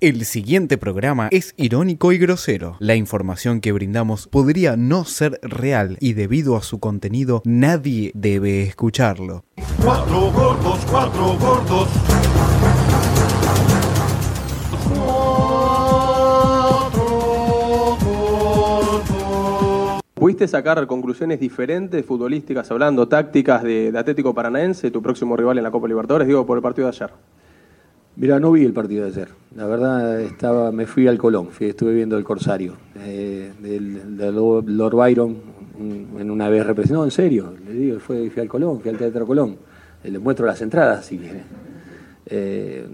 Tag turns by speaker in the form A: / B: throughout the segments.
A: El siguiente programa es irónico y grosero. La información que brindamos podría no ser real y debido a su contenido nadie debe escucharlo.
B: Cuatro gordos, cuatro gordos.
C: ¿Pudiste sacar conclusiones diferentes futbolísticas, hablando tácticas de, de Atlético Paranaense, tu próximo rival en la Copa Libertadores, digo, por el partido de ayer?
D: Mira, no vi el partido de ayer. La verdad, estaba, me fui al Colón, fui- estuve viendo el Corsario, eh, del, del Lord Byron, un- en una vez representó. No, en serio, le digo, fue, fui al Colón, fui al Teatro Colón. Eh, Les muestro las entradas, si quieren. Eh,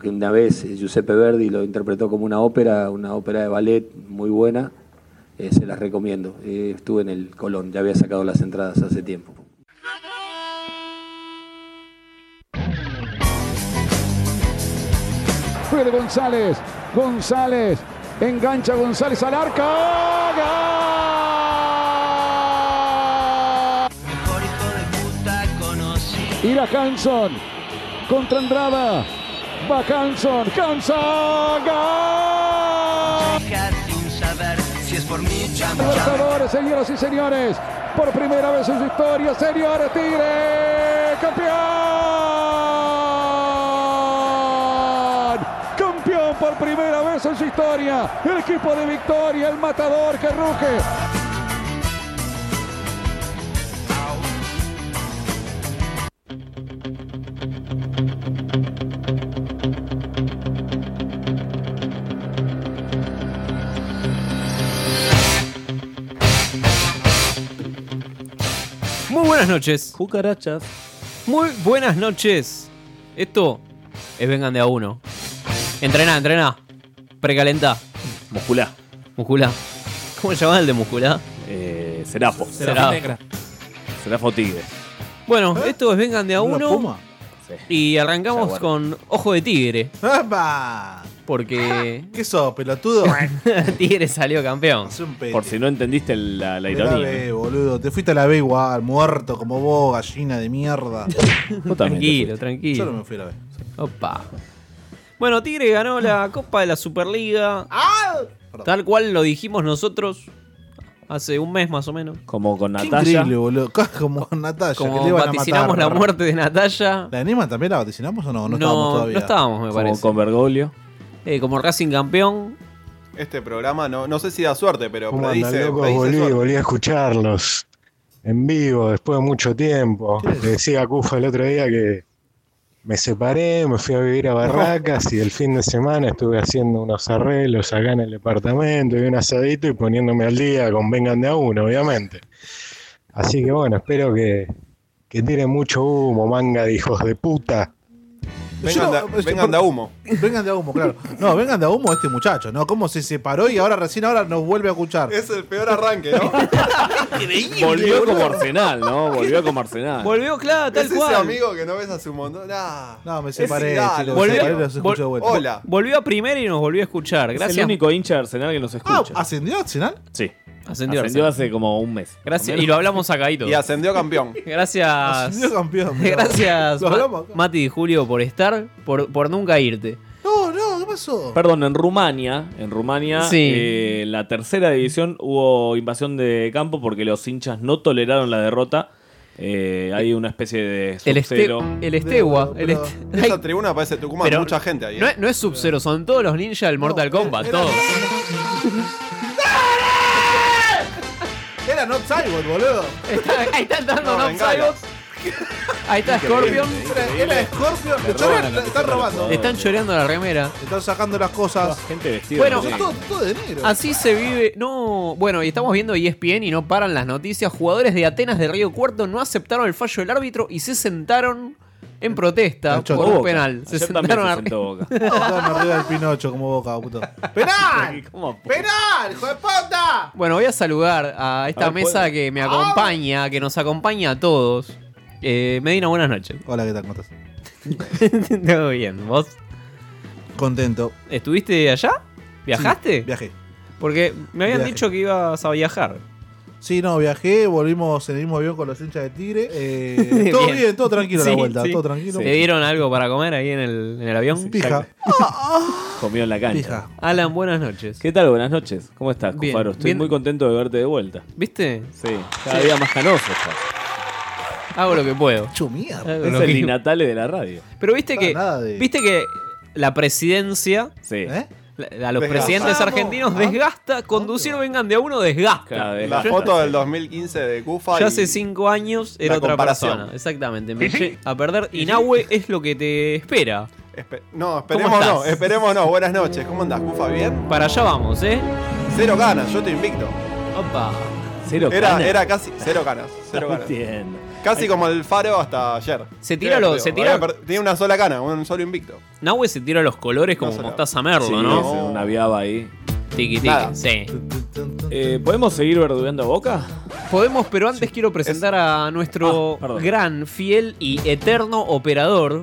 D: que una vez eh, Giuseppe Verdi lo interpretó como una ópera, una ópera de ballet muy buena, eh, se las recomiendo. Eh, estuve en el Colón, ya había sacado las entradas hace tiempo.
E: Fede González, González, engancha González al arca. ¡Gol! Ira Hanson, contra Andrada, va Hanson, Hanson, ¡gol! Libertadores, señoras y señores, por primera vez en su historia, señores Tigre, campeón, campeón por primera vez en su historia, el equipo de victoria, el matador que ruge.
F: Muy buenas noches.
D: Cucarachas.
F: Muy buenas noches. Esto es Vengan de a uno. Entrená, entrená. Precalentá.
G: Musculá.
F: Musculá. ¿Cómo llamaba el de musculá?
G: Eh, serafo.
F: Será.
G: Serafo tigre.
F: Bueno,
H: ¿Eh?
F: esto es Vengan de a uno.
G: Sí.
F: Y arrancamos
G: Ya,
F: con Ojo de Tigre.
H: ¡Apa!
F: Porque
H: ¿Qué sos, pelotudo?
F: Tigre salió campeón.
H: Hacé un
G: Por si no entendiste el- la, la
H: la
G: ironía. eh.
H: B, boludo. Te fuiste a la B igual, muerto como vos, gallina de mierda.
G: Vos también te
F: Tranquilo,
H: Solo
F: tranquilo.
H: me fui a la B.
F: Opa. Bueno, Tigre ganó la Copa de la Superliga. Tal cual lo dijimos nosotros hace un mes más o menos.
G: fuiste. Como con
H: Qué
G: Natalia.
H: increíble, boludo. Como Natalia, que
F: Como
H: le iban a
F: vaticinamos
H: matar.
F: la muerte de Natalia.
H: ¿La enema también la vaticinamos o no? No,
F: no,
H: estábamos todavía.
F: no estábamos, me
G: Como
F: parece.
G: con Bergoglio.
F: Eh, como Racing campeón.
I: Este programa no, no sé si da suerte, pero
J: ¿Cómo andan,
I: predice,
J: locos?
I: predice
J: Volví,
I: suerte.
J: volví a escucharlos en vivo después de mucho tiempo. Le decía a Cufa el otro día que me separé, me fui a vivir a Barracas y el fin de semana estuve haciendo unos arreglos acá en el departamento y un asadito y poniéndome al día con Vengan de a uno, obviamente. Así que bueno, espero que, que tiren mucho humo, manga de hijos de puta.
H: Yo-
I: Vengan, da,
H: es-
I: vengan da humo.
H: Vengan de a humo, claro. No, vengan de a humo este muchacho, ¿no? Cómo se separó y ahora recién ahora nos vuelve a escuchar.
G: Eh.
I: Es el peor arranque, ¿no?
G: Volvió como Arsenal, ¿no? Volvió como Arsenal.
F: Volvió, claro, tal
I: es ese
F: cual.
I: amigo que no ves hace un montón. Ah.
H: No, me
I: Es
H: separé,
I: Zidane,
H: chicos.
I: boludo.
H: Me separé,
F: Volvió-
H: los escucho de vuelta.
I: Hola.
F: Volvió a primera y nos volvió a escuchar.
G: Es el
F: Gracias.
G: único hincha de Arsenal que nos
H: Ah,
G: escucha.
H: ¿ascendió Arsenal?
G: sí. Ascendió,
F: Ascendió Arsenal.
G: hace como un mes.
F: Gracias. Y lo hablamos acá y todo.
I: Y ascendió campeón.
F: Gracias.
H: Ascendió campeón. mirá.
F: Gracias,
H: Lo
F: Ma-
H: hablamos acá.
F: Mati y Julio, por estar, por, por nunca irte.
H: No, no, ¿qué pasó?
G: Perdón, en Rumania, en Rumania,
F: Sí.
G: eh, en la tercera división hubo invasión de campo porque los hinchas no toleraron la derrota. Eh, hay una especie de
F: El, este,
G: sub-cero.
F: el Estegua. el
H: pero-
F: este- Ay,
I: Esa tribuna parece Tucumán,
F: pero
I: mucha gente ahí.
F: No
I: ¿eh?
F: es, no es Sub-Zero, son todos los ninjas del Mortal Kombat,
H: era-
F: todos.
H: Era Not Cyborg, boludo.
F: Está- ahí están dando
I: No,
F: no,
I: venga,
F: Psybots. Ahí está Scorpion.
H: Era, era Scorpion. Le
G: roban
H: chorean-
G: a la
H: le están
G: pistola.
H: robando.
F: Le están choreando la remera.
H: Le están sacando las cosas.
G: Gente vestida.
F: Bueno,
G: de-
H: Son todo, todo de negro.
F: Así se vive. No, bueno, y estamos viendo ESPN y no paran las noticias. Jugadores de Atenas de Río Cuarto no aceptaron el fallo del árbitro y se sentaron en protesta
H: Nacho,
F: por
H: Boca.
F: un penal. Se
G: Ayer también
F: sentaron
G: se
F: a
G: sentó Boca.
H: Estaban arriba del Pinocho como boca, puto. ¡Penal!
G: ¿Cómo?
H: ¡Penal, hijo de puta!
F: Bueno, voy a saludar a esta
G: A ver,
F: mesa
G: ¿puedo?
F: que me acompaña, que nos acompaña a todos. Eh, Medina, buenas noches.
H: Hola, ¿qué tal? ¿Cómo estás?
F: Todo bien. ¿Vos
H: Contento.
F: estuviste allá? ¿Viajaste?
H: Sí, viajé.
F: Porque me habían
H: Viajé.
F: dicho que ibas a viajar.
H: Sí, no, viajé, volvimos en el mismo avión con los hinchas de Tigre. Eh, todo
F: Bien.
H: bien. todo tranquilo a
F: Sí,
H: la vuelta,
F: sí.
H: todo tranquilo.
F: ¿Te dieron algo para comer ahí en el, en el avión?
H: Pija.
G: comió en la cancha.
F: Fija. Alan, buenas noches.
G: ¿Qué tal? Buenas noches. ¿Cómo estás,
F: Bien,
G: Cufaro? Estoy
F: bien.
G: muy contento de verte de vuelta.
F: ¿Viste?
G: Sí, cada
F: Sí.
G: día más canoso estás.
F: Hago lo que puedo.
H: mierda.
F: Hago
G: Es
F: lo
G: el
F: que-
G: Natale de la radio.
F: Pero
I: Ah,
F: viste que,
H: nada de-
F: viste que la presidencia,
G: Sí.
H: ¿Eh?
F: la- a los
I: Desgastamos. Ah.
F: presidentes argentinos desgasta, conducir vengan de a uno desgasta.
G: Cada vez
I: La
G: más.
I: foto del 2015 de Cufa.
F: Ya
I: y-
F: hace cinco años era
I: La
F: otra
I: comparación.
F: persona. Exactamente. Me eché a perder. Y Nahue es lo que te espera.
I: Espe- no,
F: ¿Cómo
I: esperemos
F: estás?
I: no, esperemos no. Buenas noches. ¿Cómo andás, Cufa? ¿Bien?
F: Para allá vamos, ¿eh?
I: Cero ganas, yo estoy invicto.
F: Opa.
G: Cero
I: Era,
G: canas.
I: era casi cero ganas, cero
G: No
I: ganas.
G: entiendo.
I: Casi como el faro hasta ayer.
F: Se tira lo- se tira-
I: Había per- Tiene una sola cana, un solo invicto.
F: Nahue se tira los colores como
I: No será.
F: mostaza
G: Sí,
F: merlo, ¿no?
G: se Una viaba ahí.
F: Tiki tiki.
I: Nada.
F: Sí.
G: Eh, ¿Podemos seguir verdugueando a Boca?
F: Podemos, pero antes quiero presentar a nuestro
G: Ah, perdón.
F: gran, fiel y eterno operador,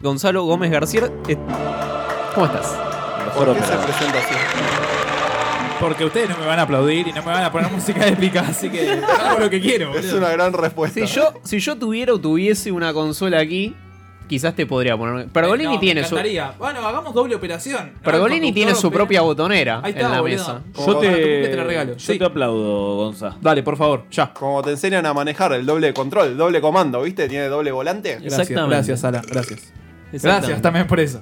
F: Gonzalo Gómez García. Eh, ¿Cómo estás?
G: Mejor
I: ¿Por qué se
G: operador.
I: presenta así?
K: Porque ustedes no me van a aplaudir y no me van a poner música épica, así que hago lo que quiero.
I: Es
K: boludo.
I: una gran respuesta.
F: Si yo, si yo tuviera o tuviese una consola aquí, quizás te podría poner.
K: Eh, No,
F: Pergolini
K: me
F: tiene su.
K: encantaría. Bueno, hagamos doble operación.
F: Pergolini tiene su propia botonera
K: Ahí está,
F: en la
K: boludo.
F: mesa.
G: Yo
K: Para tu cumple
G: te,
K: te la regalo,
G: yo
K: sí.
G: te aplaudo, Gonza.
K: Dale, por favor, ya.
I: Como te enseñan a manejar el doble control, el doble comando, ¿viste? Tiene doble volante.
K: Gracias,
F: Exactamente.
K: gracias, Alan, gracias. Gracias
F: Exactamente.
K: también por eso.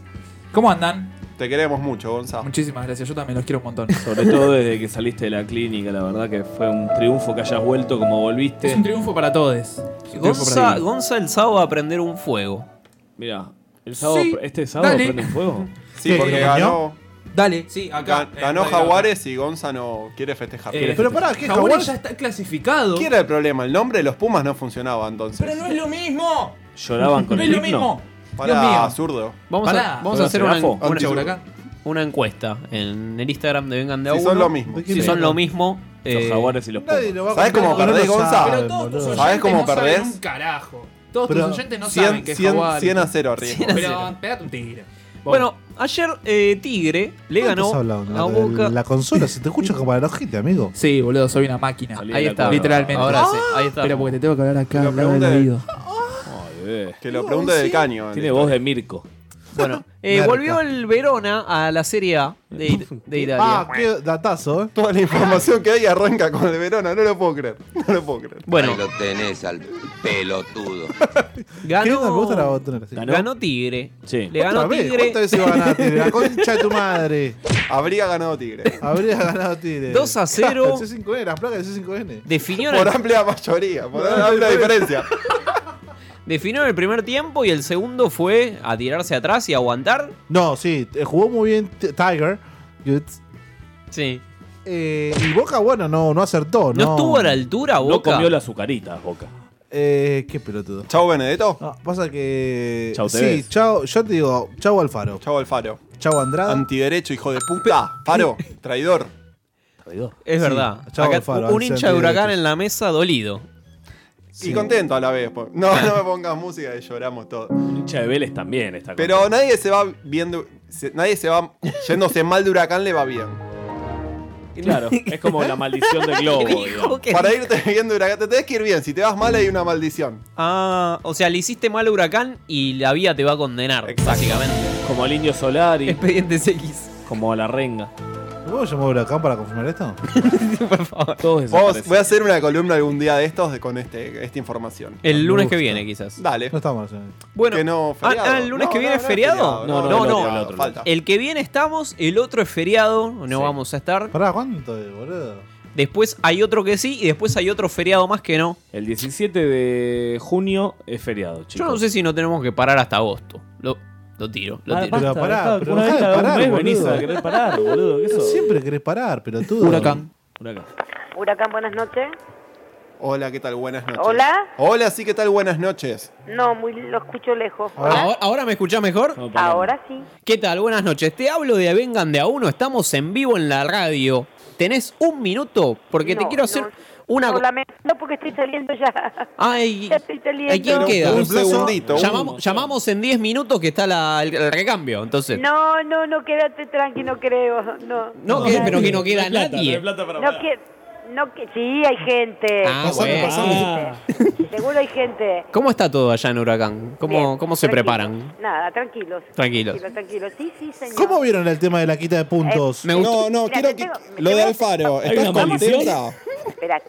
K: ¿Cómo andan?
I: Te queremos mucho, Gonzalo.
K: Muchísimas gracias, yo también los quiero un montón.
G: Sobre todo desde que saliste de la clínica, la verdad que fue un triunfo que hayas vuelto como volviste.
K: Es un triunfo para todos.
F: Gonza, Gonza el sábado va a prender un fuego.
G: Mira, el sábado,
K: Sí,
G: este sábado
K: dale.
G: prende fuego.
I: Sí, porque
H: ¿Qué?
I: ganó,
K: Dale, sí, acá.
I: gan- ganó
K: Eh,
I: Jaguares y Gonzalo quiere festejar.
K: Eh,
H: Pero pará, ¿qué
K: Jaguares
H: Jaguares?
K: ya está clasificado.
I: ¿Qué era el problema? El nombre de los Pumas no funcionaba
K: Pero
I: entonces.
K: no es lo mismo.
G: Lloraban con
K: No es
G: el
K: lo
G: himno.
K: mismo.
I: Para
K: Dios mío.
I: zurdo.
F: Vamos
K: Pará.
F: a, vamos a hacer una,
G: Serafo.
F: una-
I: Ancho.
K: Huracán.
F: una encuesta en el Instagram de Vengan de a
I: Si son
F: Uno.
I: lo mismo.
H: ¿De qué
F: Si
H: me
F: son lo
H: hablan?
F: mismo.
G: Los
F: eh,
G: jaguares y los pumas.
H: Nadie lo va a
I: ¿Sabés
H: contar
I: cómo
H: porque
I: perdés,
H: no lo
I: Gonza?
H: saben,
K: Pero todos tus
H: boludo.
K: oyentes
I: ¿Sabés cómo
K: no saben
I: perdés?
K: un carajo. Todos
H: Pero-
K: tus oyentes no saben
I: 100,
K: que es
I: 100
K: Jaguares.
I: 100 a 0, Riesgo.
K: Pero pegate un tigre.
F: Bueno, ayer eh, Tigre le ganó
H: ¿Cuánto has hablado,
F: a
H: no? De
F: Boca.
H: La consola, se te escucha como la ojete, amigo.
K: Sí, boludo, soy una máquina.
G: Salí de
F: Ahí
G: la
F: está.
G: cuadra.
K: Literalmente.
F: Ahora sí, ahí está.
K: Pero porque te tengo que hablar acá,
I: Pero
K: al lado del
I: pregunta-
K: oído.
G: Ay, bebé.
I: Que lo pregunte del caño.
G: Tiene voz de Mirko.
F: Bueno, eh,
H: Merca.
F: volvió el Verona a la Serie A de, It- de Italia.
H: Ah, qué datazo, eh.
I: Toda la información que hay arranca con el Verona, no lo puedo creer. No lo puedo creer.
F: bueno,
L: lo tenés al pelotudo.
H: ¿Qué onda? Me gusta la
F: ganó,
H: botonera. sí.
G: Ganó.
F: ganó Tigre.
G: Sí.
F: Le ganó
H: ¿Otra vez?
F: Tigre
H: ¿Cuántas veces iba a ganar Tigre? La concha de tu madre.
I: Habría ganado Tigre.
H: Habría ganado Tigre.
F: 2 a 0.
H: El C5N, las placas del C5N.
F: Definió en,
I: Por
F: el,
I: amplia mayoría, por amplia diferencia.
F: definió en el primer tiempo y el segundo fue a tirarse atrás y aguantar.
H: No, sí, eh, jugó muy bien T- Tiger. Woods.
F: Sí.
H: Eh, y Boca, bueno, no, no acertó.
F: No,
H: No,
F: estuvo a la altura,
G: No
F: Boca.
G: comió la azucarita, Boca.
H: Eh, qué pelotudo.
I: Chau Benedetto,
H: No, pasa que.
G: Chau, te
H: Eh, sí,
G: ves.
H: chau, yo te digo, chau Alfaro.
I: chau Alfaro.
H: Chau Andrada.
I: Antiderecho, hijo de puta. Faro, traidor.
F: Es
H: Sí,
F: verdad.
H: chao,
F: Acá
H: Alfaro,
F: un
H: al
F: hincha de
H: sentido
F: huracán
H: derecho.
F: en la mesa dolido.
I: Y contento a la vez. po- No, no me pongas música y lloramos todos.
G: Un hincha de Vélez también está
I: Pero nadie se va viendo. se- nadie se va yéndose mal de huracán, le va bien.
G: contento. Claro, es como la maldición del globo. digamos.
F: Dijo que-
I: Para irte viendo huracán, te tenés que ir bien. Si te vas mal, hay una maldición.
F: Ah, o sea, le hiciste mal a Huracán y la vía te va a condenar,
I: Exacto.
F: básicamente.
G: Como al indio Solari,
F: Expedientes X.
G: como a la renga.
H: ¿Puedo llamar a Huracán para confirmar esto?
G: Todos
I: Vamos,
G: desaparecen.
I: voy a hacer una columna algún día de estos de- con este, esta información.
F: El
H: Me
F: lunes que
H: gusta.
F: viene, quizás.
I: Dale.
H: No estamos. eh.
F: Bueno,
I: que no,
F: ah,
I: feriado.
F: ah, el lunes
I: No,
F: que viene
I: no,
F: es
I: no
G: No, no,
F: feriado. no,
G: el
F: no.
G: otro, el otro.
I: falta.
F: El que viene estamos, el otro es feriado, no
G: Sí.
F: vamos a estar.
H: Pará, ¿cuánto, eh, boludo?
F: Después hay otro que sí y después hay otro feriado más que no.
G: El 17 de junio es feriado, chicos.
F: Yo no sé si no tenemos que parar hasta agosto. Lo, lo tiro, lo
G: Ah,
F: tiro.
G: basta,
H: Pero pará,
G: dejá,
H: pero
G: una
H: dejá
G: vez
H: de
G: cada un
H: parar,
G: mes
H: boludo.
G: venís a querer parar, boludo. ¿Qué sos?
H: Siempre querés parar, pelotudo.
K: Huracán.
G: Huracán.
L: Huracán, buenas noches.
I: Hola, ¿qué tal? Buenas noches.
L: Hola.
I: Hola, sí, ¿qué tal? Buenas noches.
L: No, muy lo escucho lejos. Hola.
F: ¿Ahora, Ah. ahora me escuchás mejor?
G: No, pará.
L: Ahora sí.
F: ¿Qué tal? Buenas noches. Te hablo de Vengan de a uno. Estamos en vivo en la radio. ¿Tenés un minuto? Porque te
L: No,
F: quiero hacer
L: no,
F: una.
L: No, lamento, no, porque estoy saliendo ya.
F: Ay,
L: Ya estoy saliendo.
F: ¿y quién
I: Pero
F: queda?
I: Un segundito. un-
F: Llamamos, llamamos en 10 minutos que está la- el, el recambio. Entonces.
L: No, no, no, quédate tranqui, no creo. No,
F: No, que- pero que no queda
G: Plata, no hay
F: nadie.
G: plata para
L: No
G: parar.
L: que, no que, sí, hay gente.
F: Ah, bueno.
G: Ah,
L: Seguro hay gente.
F: Ah, ¿Cómo está todo allá en Huracán? ¿Cómo,
L: Bien,
F: cómo se
L: tranquilos.
F: preparan?
L: Nada, tranquilos.
F: Tranquilos.
L: Tranquilos, Sí, sí, señor.
H: ¿Cómo vieron el tema de la quita de puntos?
L: Eh, Me gustó- no, no, Mira, quiero te que- tengo- lo te de voy a- Alfaro,
H: Hay
L: ¿estás
H: una maldición.
L: contenta? Espera.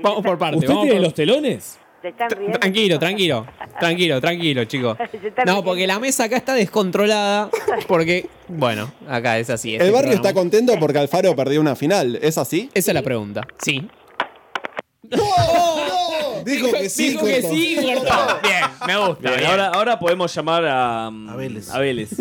F: Vamos por parte.
G: ¿Usted
F: vamos
G: tiene
F: por-
G: los telones?
L: Se están riendo.
F: Tranquilo, tranquilo. Tranquilo, tranquilo, chicos.
L: Se están
F: No,
L: riendo.
F: porque la mesa acá está descontrolada. Porque, bueno, acá es así.
I: El barrio está contento porque Alfaro perdió una final, ¿es así?
F: Esa es la pregunta, sí.
H: Dijo que sí,
F: Dijo que
H: cortó.
F: sí, cortó. Bien, me gusta.
G: Bien,
F: bien.
G: ahora, ahora podemos llamar a, mm, a Vélez.
H: Vélez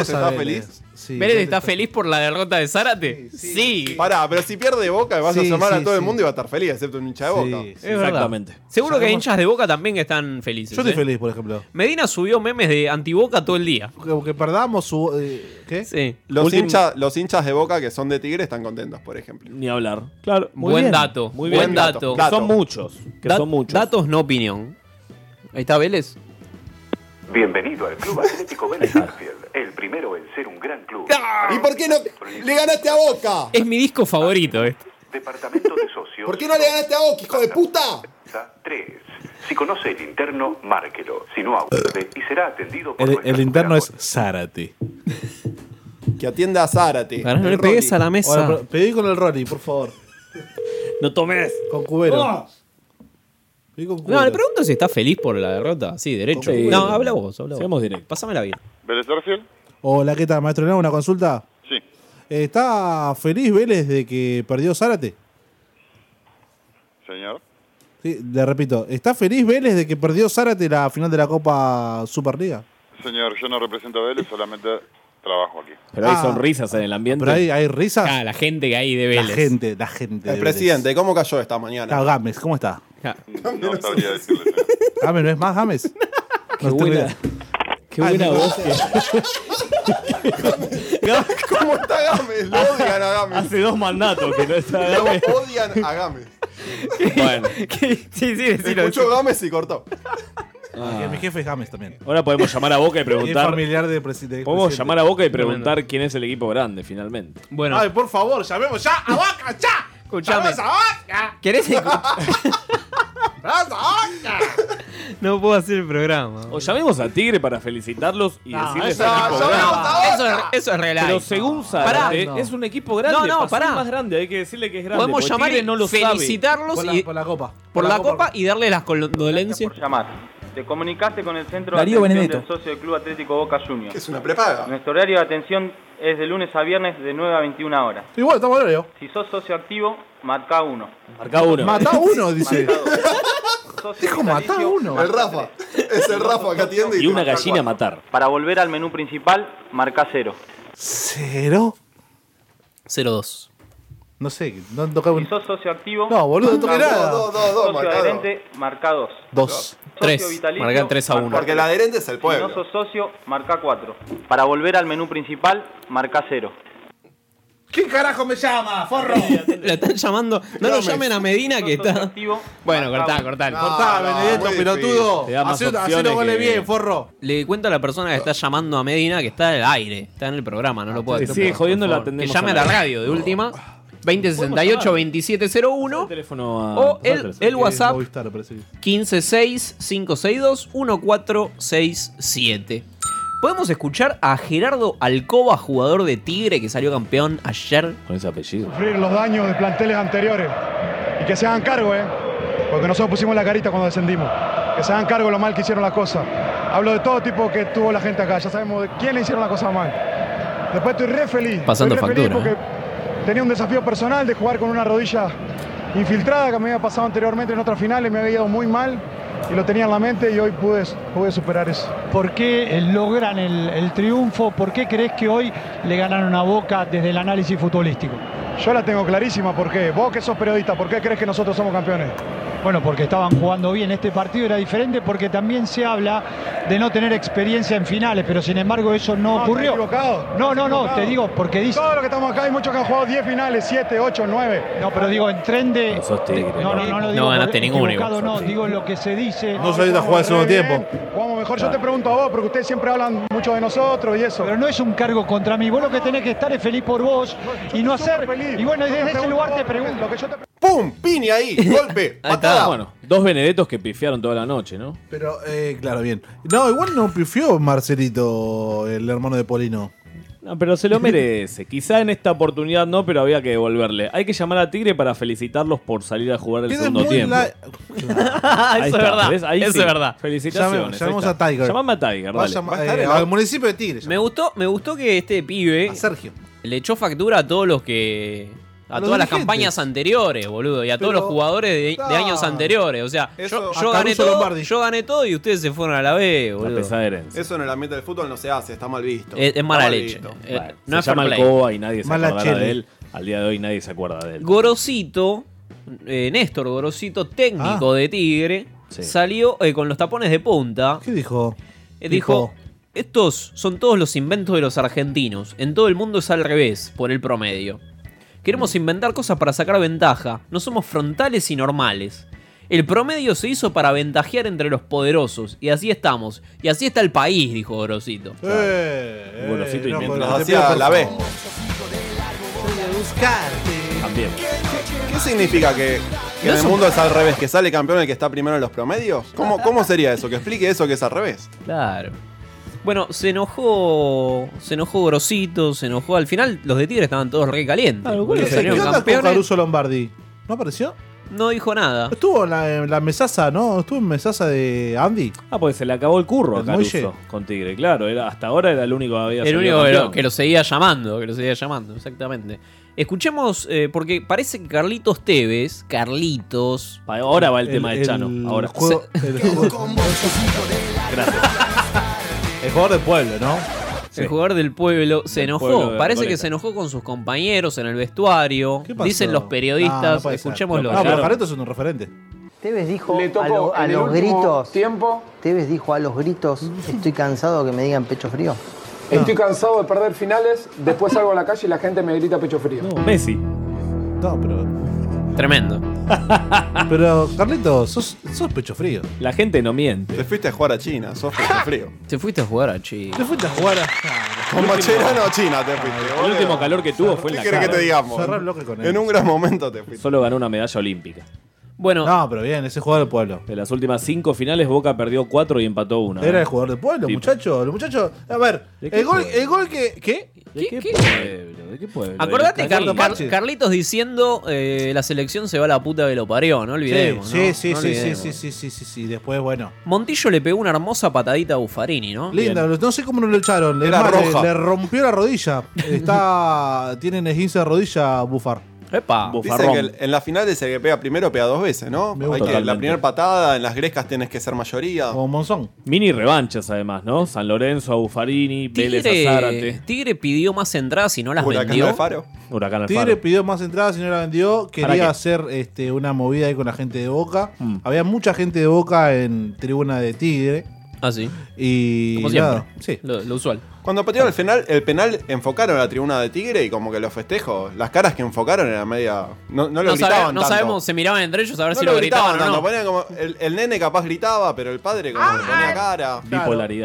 I: está a Vélez. feliz?
H: Sí,
F: ¿Vélez está feliz por la derrota de Zárate? Sí.
I: Pará, pero si pierde Boca vas a
F: Sí,
I: llamar
F: sí,
I: a todo el
F: sí.
I: mundo y va a estar feliz, excepto un hincha de Boca.
F: Es verdad. Seguro que hay hinchas de Boca también que están felices.
H: Yo estoy
F: ¿eh?
H: feliz, por ejemplo.
F: Medina subió memes de antiboca todo el día.
H: Que, que perdamos su. eh, ¿Qué?
F: Sí.
I: Los,
F: Último-
I: hinchas, los hinchas de Boca que son de Tigre están contentos, por ejemplo.
G: Ni hablar. Claro,
I: muy
F: buen
I: bien.
F: dato.
I: Muy
F: buen
I: bien.
F: dato.
I: Dato. Son
G: muchos.
I: que
F: Dat-
I: son muchos.
F: Datos, no opinión. Ahí está Vélez.
M: Bienvenido al Club Atlético Vélez Arfield, el primero en ser un gran club.
I: Ah, ¿Y por qué no le ganaste a Boca?
F: Es mi disco favorito este.
M: Departamento de Socios.
I: ¿Por qué no le ganaste a Boca, hijo de puta?
M: 3. Si conoce el interno, márquelo. Si no, acude y será atendido por
H: El,
M: nuestra-
H: interno es Zárate.
I: Que atienda a Zárate.
H: Ahora
F: no le pegues a la mesa.
H: pedí con el Rolly, por favor.
G: No tomes.
H: Con cubero.
G: Ah.
H: Pedí con cubero.
F: No, le pregunto si está feliz por la derrota. Sí, derecho.
H: Sí.
F: No, habla vos, habla vos.
G: Seamos directos.
F: Pásamela bien.
N: ¿Vélez Arfield?
H: Hola, ¿qué tal, maestro? ¿Le hago una consulta?
N: Sí.
H: Eh, ¿Está feliz Vélez de que perdió Zárate?
N: Señor.
H: Sí, le repito, ¿está feliz Vélez de que perdió Zárate la final de la Copa Superliga?
N: Señor, yo no represento a Vélez, solamente trabajo aquí.
G: Pero hay
H: Ah.
G: sonrisas en el ambiente.
H: Pero hay, hay risas.
F: Ah, la gente que hay de
H: La
F: Vélez.
H: gente, la gente.
I: El presidente, ¿cómo cayó esta mañana?
H: Está Gámez, ¿cómo está?
N: No sabría decirle.
H: Gámez, ¿no es más Gámez? Qué
G: buena- qué
H: Ah,
G: buena voz
I: ¿Cómo está Gámez? Lo odian a Gámez.
G: Hace dos mandatos que no está Gámez.
I: Lo odian a Gámez.
G: Bueno,
F: sí, sí,
I: Escuchó Gámez y cortó.
H: Mi jefe es Gámez también.
G: ahora podemos llamar a Boca y
H: Es
G: preguntar.
H: familiar de presidente.
G: Podemos llamar a Boca y
H: Tremendo.
G: preguntar quién es el equipo grande finalmente.
F: Bueno,
H: Ay, por favor, llamemos ya a Vaca, ya.
F: Escuchame.
H: Llamemos a Vaca.
F: ¿Querés
H: Llamemos a Vaca.
F: No puedo hacer el programa.
G: O llamemos a Tigre para felicitarlos y decirles
F: eso-
G: al equipo
F: no,
G: grande.
F: eso, es- eso es relax.
G: Pero según Zárate, es un equipo grande.
F: No, no,
G: pasó
F: pará.
G: el más grande, hay que decirle que es grande.
F: Podemos
G: porque
F: llamar
G: Tigre
F: y
G: no lo sabe.
F: felicitarlos
G: Por la-
F: y-
G: por
H: la copa.
F: Por la copa y darle las condolencias.
O: llamar. Te comunicaste con el centro
F: Darío
O: de atención
F: Benedetto.
O: del socio del Club Atlético Boca Juniors.
I: Es una prepaga.
O: Nuestro horario de atención es de lunes a viernes de 9 a 21 horas.
H: Igual, estamos al horario.
O: Si sos socio activo, marca uno.
G: Marca uno.
H: Matá uno, dice.
O: Dijo matá uno.
I: El Rafa. Es el Rafa que atiende y,
G: Y una gallina a matar.
O: Para volver al menú principal, marca cero.
H: ¿Cero?
F: 0-2.
H: No sé, no toca
O: Si sos socio activo,
H: No, boludo, no toqué
O: marca
H: nada. Dos,
O: dos.
H: dos, dos,
O: socio
H: marca dos.
O: adherente, marca 2.
F: Dos. Tres. Marca tres a uno. Porque el adherente es el pueblo.
O: Si no sos socio, marca 4. Para volver al menú principal, marca 0.
H: ¿Qué carajo me llama, forro?
F: Lo están llamando. No lo llamen a Medina que está. Bueno, cortá, cortá.
H: Cortá, Benedetto, pelotudo.
F: Te da más
H: Hacé- Hacé
F: opciones
H: los goles
F: que-
H: bien, forro.
F: Le cuento a la persona que está llamando a Medina que está en el aire, está en el programa, no lo puedo
G: Ah, sí,
F: hacer,
G: sigue
F: por favor.
G: jodiendo, la
F: Que
G: atendemos
F: llame a
G: a
F: la
G: la-
F: radio de última. 2068-2701 o el, el WhatsApp 156562-1467. Podemos escuchar a Gerardo Alcoba, jugador de Tigre que salió campeón ayer.
G: Con ese apellido.
P: sufrir los daños de planteles anteriores y que se hagan cargo, ¿eh? porque nosotros pusimos la carita cuando descendimos. Que se hagan cargo de lo mal que hicieron las cosas. Hablo de todo tipo que tuvo la gente acá, ya sabemos de quién le hicieron las cosas mal. Después estoy re feliz.
F: Pasando
P: estoy re feliz
F: factura, ¿eh?
P: porque tenía un desafío personal de jugar con una rodilla infiltrada que me había pasado anteriormente en otras finales, me había ido muy mal y lo tenía en la mente y hoy pude, pude superar eso.
Q: ¿Por qué eh, logran el, el triunfo? ¿Por qué crees que hoy le ganaron a Boca desde el análisis futbolístico?
P: Yo la tengo clarísima, ¿por qué? Vos que sos periodista, ¿por qué crees que nosotros somos campeones?
Q: Bueno, porque estaban jugando bien. Este partido era diferente porque también se habla de no tener experiencia en finales, pero sin embargo eso no,
P: No,
Q: ocurrió.
P: estás equivocado.
Q: No, no, no,
P: Equivocado.
Q: te digo, porque dice.
P: Todos los que estamos acá, hay muchos que han jugado 10 finales, 7, 8, 9.
Q: No, pero digo, en tren de.
G: No sos tigre.
Q: No, no, no, lo
G: No
Q: digo
G: ganaste
Q: por
G: ninguno,
Q: equivocado,
G: igual.
Q: no, digo lo que se dice.
H: No saliste a jugar al segundo tiempo.
P: Jugamos mejor yo te pregunto a vos, porque ustedes siempre hablan mucho de nosotros y eso.
Q: Pero no es un cargo contra mí. Vos lo que tenés que estar es feliz por vos y no hacer. Y bueno, y desde ese lugar te pregunto.
I: ¡Pum! ¡Pini ahí! ¡Golpe!
G: Ahí está. Bueno, dos Benedettos que pifiaron toda la noche, ¿no?
H: Pero, eh, claro, bien. No, igual no pifió Marcelito, el hermano de Polino.
G: No, pero se lo merece. Quizá en esta oportunidad no, pero había que devolverle. Hay que llamar a Tigre para felicitarlos por salir a jugar el
H: Queda
G: segundo
H: muy
G: tiempo.
H: la-
G: Ahí
F: Ah, eso es
G: está,
F: verdad.
G: ¿ves? Ahí
F: eso
G: sí.
F: es verdad.
G: Felicitaciones.
H: Llame- llamemos
G: ahí está.
H: a Tiger.
G: Llamame a Tiger,
H: Va a
G: dale.
H: llamar- Va a estar, eh, ¿no? al municipio de Tigre.
F: Me gustó, me gustó que este pibe.
H: Sergio.
F: Le echó factura a todos los que. A,
H: A los
F: todas las
H: dirigentes.
F: campañas anteriores, boludo. Y a todos
H: Pero-
F: los jugadores de, de años
I: Ah.
F: anteriores. O sea, yo,
I: Eso-
F: yo
I: A
F: gané
I: Caruso
F: todo,
I: Lombardi.
F: yo gané todo y ustedes se fueron a la B, boludo.
I: Eso en el ambiente del fútbol no se hace, está mal visto.
F: Es- es mala
I: Está mal
F: leche.
I: visto.
F: Eh,
I: Bueno,
F: no es
G: se llama
F: fair
G: el
F: play.
G: Coba y nadie se
F: Mala
G: acordará
F: chele.
G: de él. Al día de hoy nadie se acuerda de él.
F: Gorosito, eh, Néstor Gorosito,
H: Ah.
F: técnico de Tigre, salió eh, con los tapones de punta. Eh,
H: ¿Qué dijo?
F: dijo, estos son todos los inventos de los argentinos. En todo el mundo es al revés, por el promedio. Queremos inventar cosas para sacar ventaja. No somos frontales y normales. El promedio se hizo para ventajear entre los poderosos. Y así estamos. Y así está el país, dijo Gorosito.
H: Eh,
G: Gorosito
H: eh, no,
G: inventó.
H: pero-
I: Hacía
H: te pido
I: la
H: por
I: B.
H: favor.
G: También.
I: ¿Qué significa que, que
G: No
I: en
G: es
I: el
G: un-
I: mundo es al revés? ¿Que sale campeón el que está primero en los promedios? ¿Cómo, cómo sería eso? ¿Que explique eso que es al revés?
F: Claro. Bueno, se enojó. Se enojó Grosito, se enojó. Al final, los de Tigre estaban todos re calientes.
H: ¿Qué,
F: boludo,
H: ¿Qué
F: salieron
H: onda con
F: campeones,
H: Caruso Lombardi? ¿No apareció?
F: no dijo nada.
H: Estuvo en la, en la mesaza, ¿no? Estuvo en mesaza de Andy.
G: Ah, pues se le acabó el curro a
H: El
G: Caruso
H: Muelle.
G: con Tigre. Claro, era, hasta ahora era el único que había
F: El
G: salido
F: único que lo,
G: campeón.
F: que lo seguía llamando, que lo seguía llamando, exactamente. Escuchemos, eh, porque parece que Carlitos Tevez, Carlitos.
G: Ahora va el tema de Chano, ahora.
H: juego- el, juego- el jugador de pueblo, ¿no?
F: El jugador del pueblo se enojó.
H: pueblo de
F: Parece que
H: Recoleta.
F: se enojó con sus compañeros en el vestuario. Dicen los
H: No, no
F: periodistas.
H: puede ser.
F: escuchémoslo.
H: No, pero Jareto es un referente.
R: Tevez dijo
S: tocó
R: a, lo- a
S: en el
R: los
S: último
R: gritos.
S: tiempo.
R: Tevez dijo a los gritos, estoy cansado que me digan pecho frío.
S: Estoy cansado de perder finales, después salgo a la calle y la gente me grita pecho frío.
G: Messi.
H: No, pero.
F: Tremendo.
H: Pero, Carlito, sos, sos pecho frío.
G: La gente no miente.
I: Te fuiste a jugar a China, sos pecho frío.
F: Te fuiste a jugar a Chile.
H: Te fuiste a jugar a.
I: Con Macherano a China te fuiste. boludo.
G: El último calor que tuvo fue en la
I: ¿Qué querés
G: cara.
I: que te digamos?
H: Cerrá el bloque con él.
I: En un gran momento te fuiste.
G: Solo ganó una medalla olímpica.
F: Bueno.
H: No, pero bien, ese jugador del pueblo.
G: De las últimas cinco finales, Boca perdió cuatro y empató una. ¿eh?
H: Era el jugador del pueblo,
G: Sí.
H: muchacho. Los muchachos. A ver,
G: qué
H: el gol,
G: pueblo?
H: el gol que. ¿Qué?
F: ¿Qué- qué-
G: ¿De qué pueblo?
F: Acordate,
G: De
F: Car-
G: Carlitos
F: Car-
G: Marchi.
F: Carlitos diciendo eh, la selección se va a la puta que lo parió, no olvidemos.
H: sí,
F: ¿no?
H: sí,
F: No
H: sí, sí,
F: olvidemos.
H: sí, sí, sí, sí, sí. Después, bueno.
F: Montillo le pegó una hermosa patadita a Buffarini, ¿no?
H: Linda, no sé cómo no lo echaron. Es
F: Era
H: más, Le,
F: roja.
H: le rompió la rodilla. Está. tienen esguince de rodilla bufar.
F: Epa.
I: Dicen que el- en la final es el que pega primero, pega dos veces, ¿no? Hay
H: gusta.
I: que- la
H: Totalmente.
I: primera patada, en las grescas tenés que ser mayoría.
H: Como Monzón.
G: Mini revanchas, además, ¿no? San Lorenzo a Buffarini, Vélez a
F: Tigre,
G: Zárate.
F: Tigre pidió más entradas y no las
G: Huracán
F: vendió.
G: Alfaro. Huracán
H: Tigre
G: Alfaro.
H: pidió más entradas y no la vendió.
G: ¿Para
H: Quería
G: qué?
H: hacer este, una movida ahí con la gente de Boca. Había mucha gente de Boca en tribuna de Tigre.
F: Ah, sí.
H: Y.
I: Como siempre.
H: nada, sí.
F: Lo, usual.
I: Cuando patearon el penal, el penal enfocaron a la tribuna de Tigre y como que los festejos, las caras que enfocaron eran media. No, no lo
F: No, sabe-
I: gritaban
F: no
I: tanto.
F: sabemos, se miraban entre ellos a ver
I: No
F: si lo gritaban,
I: tanto,
F: o no.
I: ponían como- el, el nene capaz gritaba, pero el padre como que ponía cara.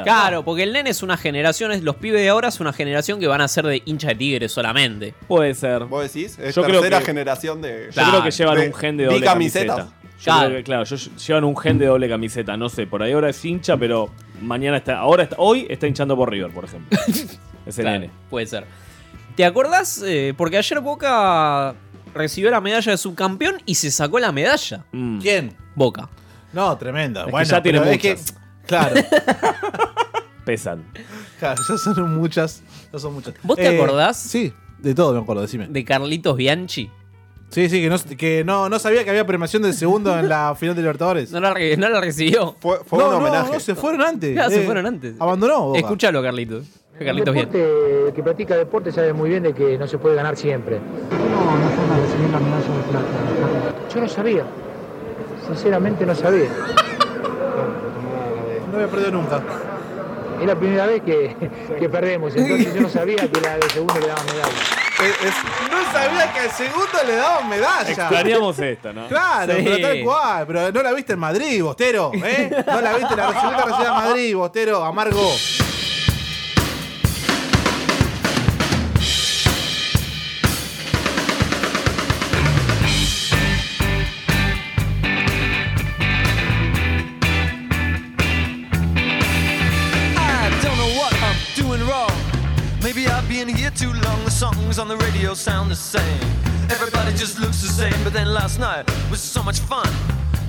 F: Claro, porque el nene es una generación, es- los pibes de ahora es una generación que van a ser de hincha de tigre solamente.
G: Puede ser.
I: ¿Vos decís? Es
G: Yo creo
I: tercera
G: que-
I: generación de.
G: Yo creo que llevan un gen de
I: vi
G: doble
I: camisetas.
G: camiseta. Yo creo que, claro, yo- llevan un gen de doble camiseta, no sé, por ahí ahora es hincha, pero mañana está, ahora está, hoy está hinchando por River, por ejemplo. Ese
F: Claro,
G: nene.
F: Puede ser. ¿Te acordás? Eh, porque ayer Boca recibió la medalla de subcampeón y se sacó la medalla.
H: ¿Quién?
F: Boca.
H: No, tremenda.
F: Es que
H: bueno,
F: ya tiene
H: pero es
F: muchas.
H: que- claro,
G: Pesan.
H: claro, ya son muchas. Ya son muchas.
F: ¿Vos te
H: Eh,
F: acordás?
H: Sí, de todo me acuerdo, decime.
F: De Carlitos Bianchi.
H: Sí, sí, que no, que no, no sabía que había premiación del segundo en la final de Libertadores.
F: No la, re- no la recibió.
I: Fue,
H: no, no, no, se fueron antes.
F: Ya, se
H: Eh,
F: fueron antes.
H: Abandonó. Boca.
F: Escuchalo, Carlitos.
S: El,
F: Carlitos Bianchi.
S: deporte- el que practica deporte sabe muy bien de que no se puede ganar siempre.
R: No, no fue recibir la medalla de plata.
S: Yo no sabía, sinceramente no sabía.
H: No había perdido nunca.
S: Es la primera vez que, que perdemos, entonces yo no sabía que la de segundo le daban medalla.
H: Eh, No sabía que al segundo le daban medalla.
G: Extrañamos esta, ¿no?
H: Claro,
G: Sí.
H: pero tal cual. Pero no la viste en Madrid, Bostero. ¿eh? No la viste en la segunda Universidad de Madrid, Bostero. Amargo. Eh,
T: I don't know what I'm doing wrong. Maybe I've been here too long. The songs on the radio sound the same. Everybody just looks the same. But then last night was so much fun.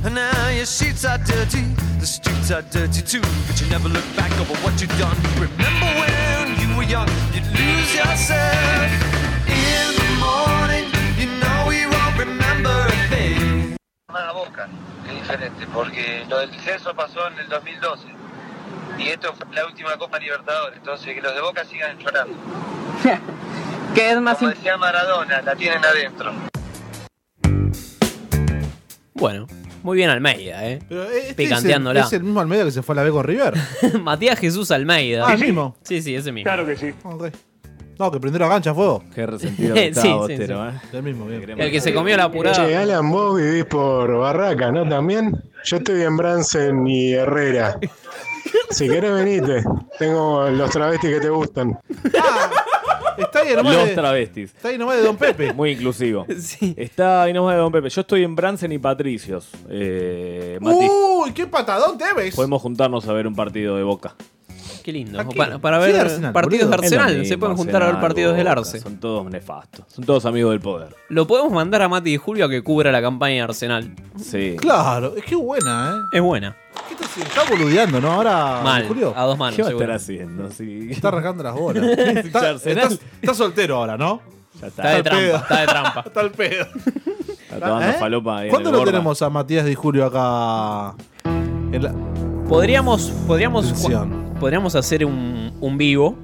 T: And now your sheets are dirty, the streets are dirty too. But you never look back over what you've done. Remember when you were young, you'd lose yourself. In the morning, you know you won't remember a thing.
U: la boca, que es diferente, porque lo del censo pasó en el 2012 y esto fue la última Copa Libertadores, entonces que los de Boca sigan llorando.
V: ¿Qué es más
U: Como decía Maradona, la tienen adentro.
F: Bueno, muy bien Almeida, ¿eh?
H: Este es el-
F: Picanteándola.
H: Es el mismo Almeida que se fue a la B con River.
F: Matías Jesús Almeida.
H: Ah, ¿el mismo?
F: Sí, sí, ese mismo.
H: que sí. No, que prendió la gancha a fuego.
G: Qué
F: resentido que está, Sí, sí, Bostero, sí.
H: El mismo, bien.
F: El que se comió la apurada.
J: Che, Alan, vos vivís por Barracas, ¿no? También. Yo estoy en Bransen y Herrera. Si querés, venite. Tengo los travestis que te gustan.
H: Está ahí nomás
G: Los
H: de-
G: travestis.
H: Está ahí nomás de Don Pepe.
G: Muy inclusivo. Está ahí nomás de Don Pepe. Yo estoy en Bransen y Patricios.
H: Uh,
G: Eh, Mati.
H: Uy, qué patadón te
F: Pues,
H: ves.
G: Podemos juntarnos a ver un partido de Boca.
F: Qué lindo.
H: Aquí.
F: Para, para
H: Sí,
F: ver
H: Arsenal,
F: partidos
G: boludo.
F: de Arsenal.
G: Es
F: Se
G: lo
F: pueden
G: mismo,
F: juntar a ver
G: Arsenal,
F: partidos del
G: Boca,
F: Arce.
G: Son todos nefastos. Son todos amigos del poder.
F: Lo podemos mandar a Mati y Julio a que cubra la campaña de Arsenal.
G: Sí.
H: Claro, es que buena, ¿eh?
F: Es buena.
H: Se está boludeando, ¿no? Ahora.
F: Mal,
H: Julio.
F: a dos manos,
G: ¿Qué va a
F: seguro.
G: estar haciendo? Sí.
H: Está arrancando las bolas.
G: Ya,
H: está,
G: Arsenal.
H: estás- estás soltero ahora, ¿no?
G: Ya
F: Está de
H: al pedo.
F: trampa, está de trampa.
H: está el pedo.
G: Está tomando
H: ¿Eh?
G: falopa ahí en
H: ¿Cuándo
G: el
H: lo
G: Borda.
H: tenemos a Matías Di Julio acá? En la-
F: Podríamos, podríamos,
H: Atención.
F: podríamos hacer un, un vivo.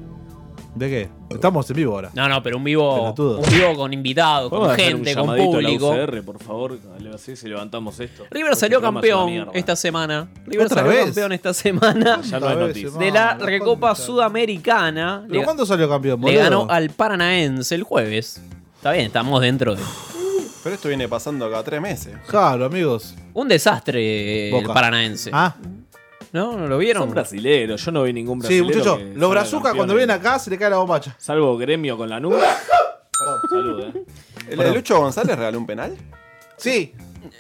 H: ¿De qué? Estamos en vivo ahora.
F: No, no, pero un vivo,
H: Pelotudo.
F: un vivo con invitados,
G: ¿Podemos
F: con
G: hacer un
F: gente, con
G: llamadito a la
F: público.
G: UCR, por favor, así si levantamos esto.
F: River salió
G: Este programa es una
F: campeón
G: mierda.
F: esta semana. River
H: ¿Otra
F: salió
H: vez?
F: campeón esta semana
G: Ya no es noticia.
F: de la Recopa Sudamericana.
H: ¿Pero
F: Le-
H: cuándo salió campeón,
F: Le
H: boludo?
F: ganó al Paranaense el jueves. Está bien, estamos dentro de.
I: Pero esto viene pasando cada tres meses.
H: Claro, amigos.
F: Un desastre eh, el
I: Boca.
F: Paranaense.
H: Ah.
F: No, no lo vieron.
G: Son brasileros, yo no vi ningún
H: Sí,
G: brasilero.
H: muchachos.
G: que
H: Los
G: salga
H: brazucas
G: campeón.
H: cuando vienen acá se le cae la bombacha.
G: Salvo gremio con la nube. Salud, eh.
I: ¿El de Lucho González regaló un penal?
H: Sí.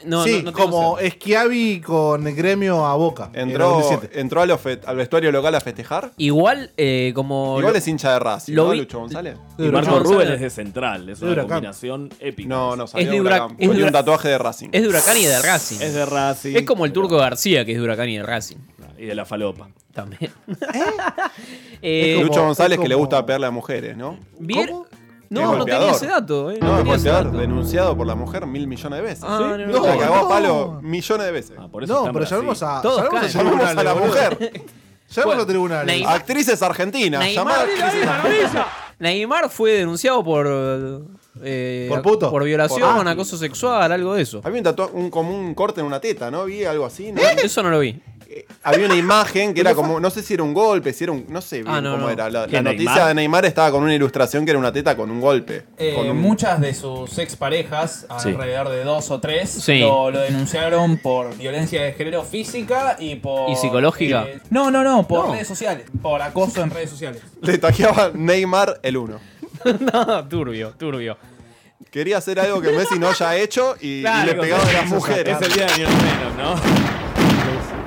I: No,
H: sí,
I: no- no tengo
H: como Esquiavi con el gremio a boca. en el
I: Entró,
H: 2007.
I: entró al, ofe- al vestuario local a festejar.
F: Igual, eh, como.
I: Igual
F: lo-
I: es hincha de Racing,
F: lo
I: ¿no,
F: vi-
I: Lucho González?
G: Y Marco Rubén es de central, es
I: De
G: una
I: Huracán.
G: combinación épica.
I: No, no, salió
F: de
I: de
F: Hurac-
I: Huracán.
F: es de
I: Tenía un
F: Hurac-
I: tatuaje de Racing.
F: Es de Huracán y de Racing.
G: Es de Racing.
F: Es como el Turco García, que es de Huracán y de Racing.
G: Y de la falopa.
F: También. Eh,
I: Es Lucho González que le
F: como-
I: gusta pegarle a mujeres, ¿no?
F: ¿Vier-
I: Es
F: No, no tenía
I: golpeador.
F: ese dato. eh,
I: No,
F: tenía
I: es
F: ese
I: golpeador,
F: dato.
I: denunciado por la mujer mil millones de veces.
F: Ah,
I: ¿Sí?
F: no,
I: La
F: no,
I: cagó a
F: no.
I: palo millones de veces.
G: Ah,
H: eso No, está en pero Brasil. llamemos a-
I: Todos
H: llamemos a
I: caen.
H: tribunales,
I: Llamemos a la
H: boludo.
I: mujer.
H: Llamemos a tribunales. Neymar-
I: Actrices argentinas.
F: Neymar,
I: llamada actrices argentinas.
F: Neymar fue denunciado por. eh,
I: Por puto.
F: Por violación,
I: Por- Ah,
F: acoso sexual, algo de eso.
I: Había un tatuaje, un, como un corte en una teta, ¿no? Vi algo así. ¿no? Eh,
F: Eso no lo vi.
I: Había una imagen que era como, no sé si era un golpe, si era un, no sé bien
F: Ah, no,
I: cómo
F: no.
I: era. La,
F: ¿Qué,
I: la noticia
F: Neymar?
I: de Neymar estaba con una ilustración que era una teta con un golpe.
K: Eh,
I: con un-
K: Muchas de sus exparejas,
I: Em, Sí.
K: alrededor de dos o tres,
I: Sí.
K: lo, lo denunciaron por violencia de género física y por.
F: ¿Y psicológica?
K: eh, no, no, no, por
I: No.
K: redes sociales. Por acoso en redes sociales.
I: Le tajeaba Neymar el 1.
F: no, turbio, turbio.
I: Quería hacer algo que Messi no haya hecho y, y le pegaba a las mujeres.
G: Es el día de Lionel Messi, ¿no?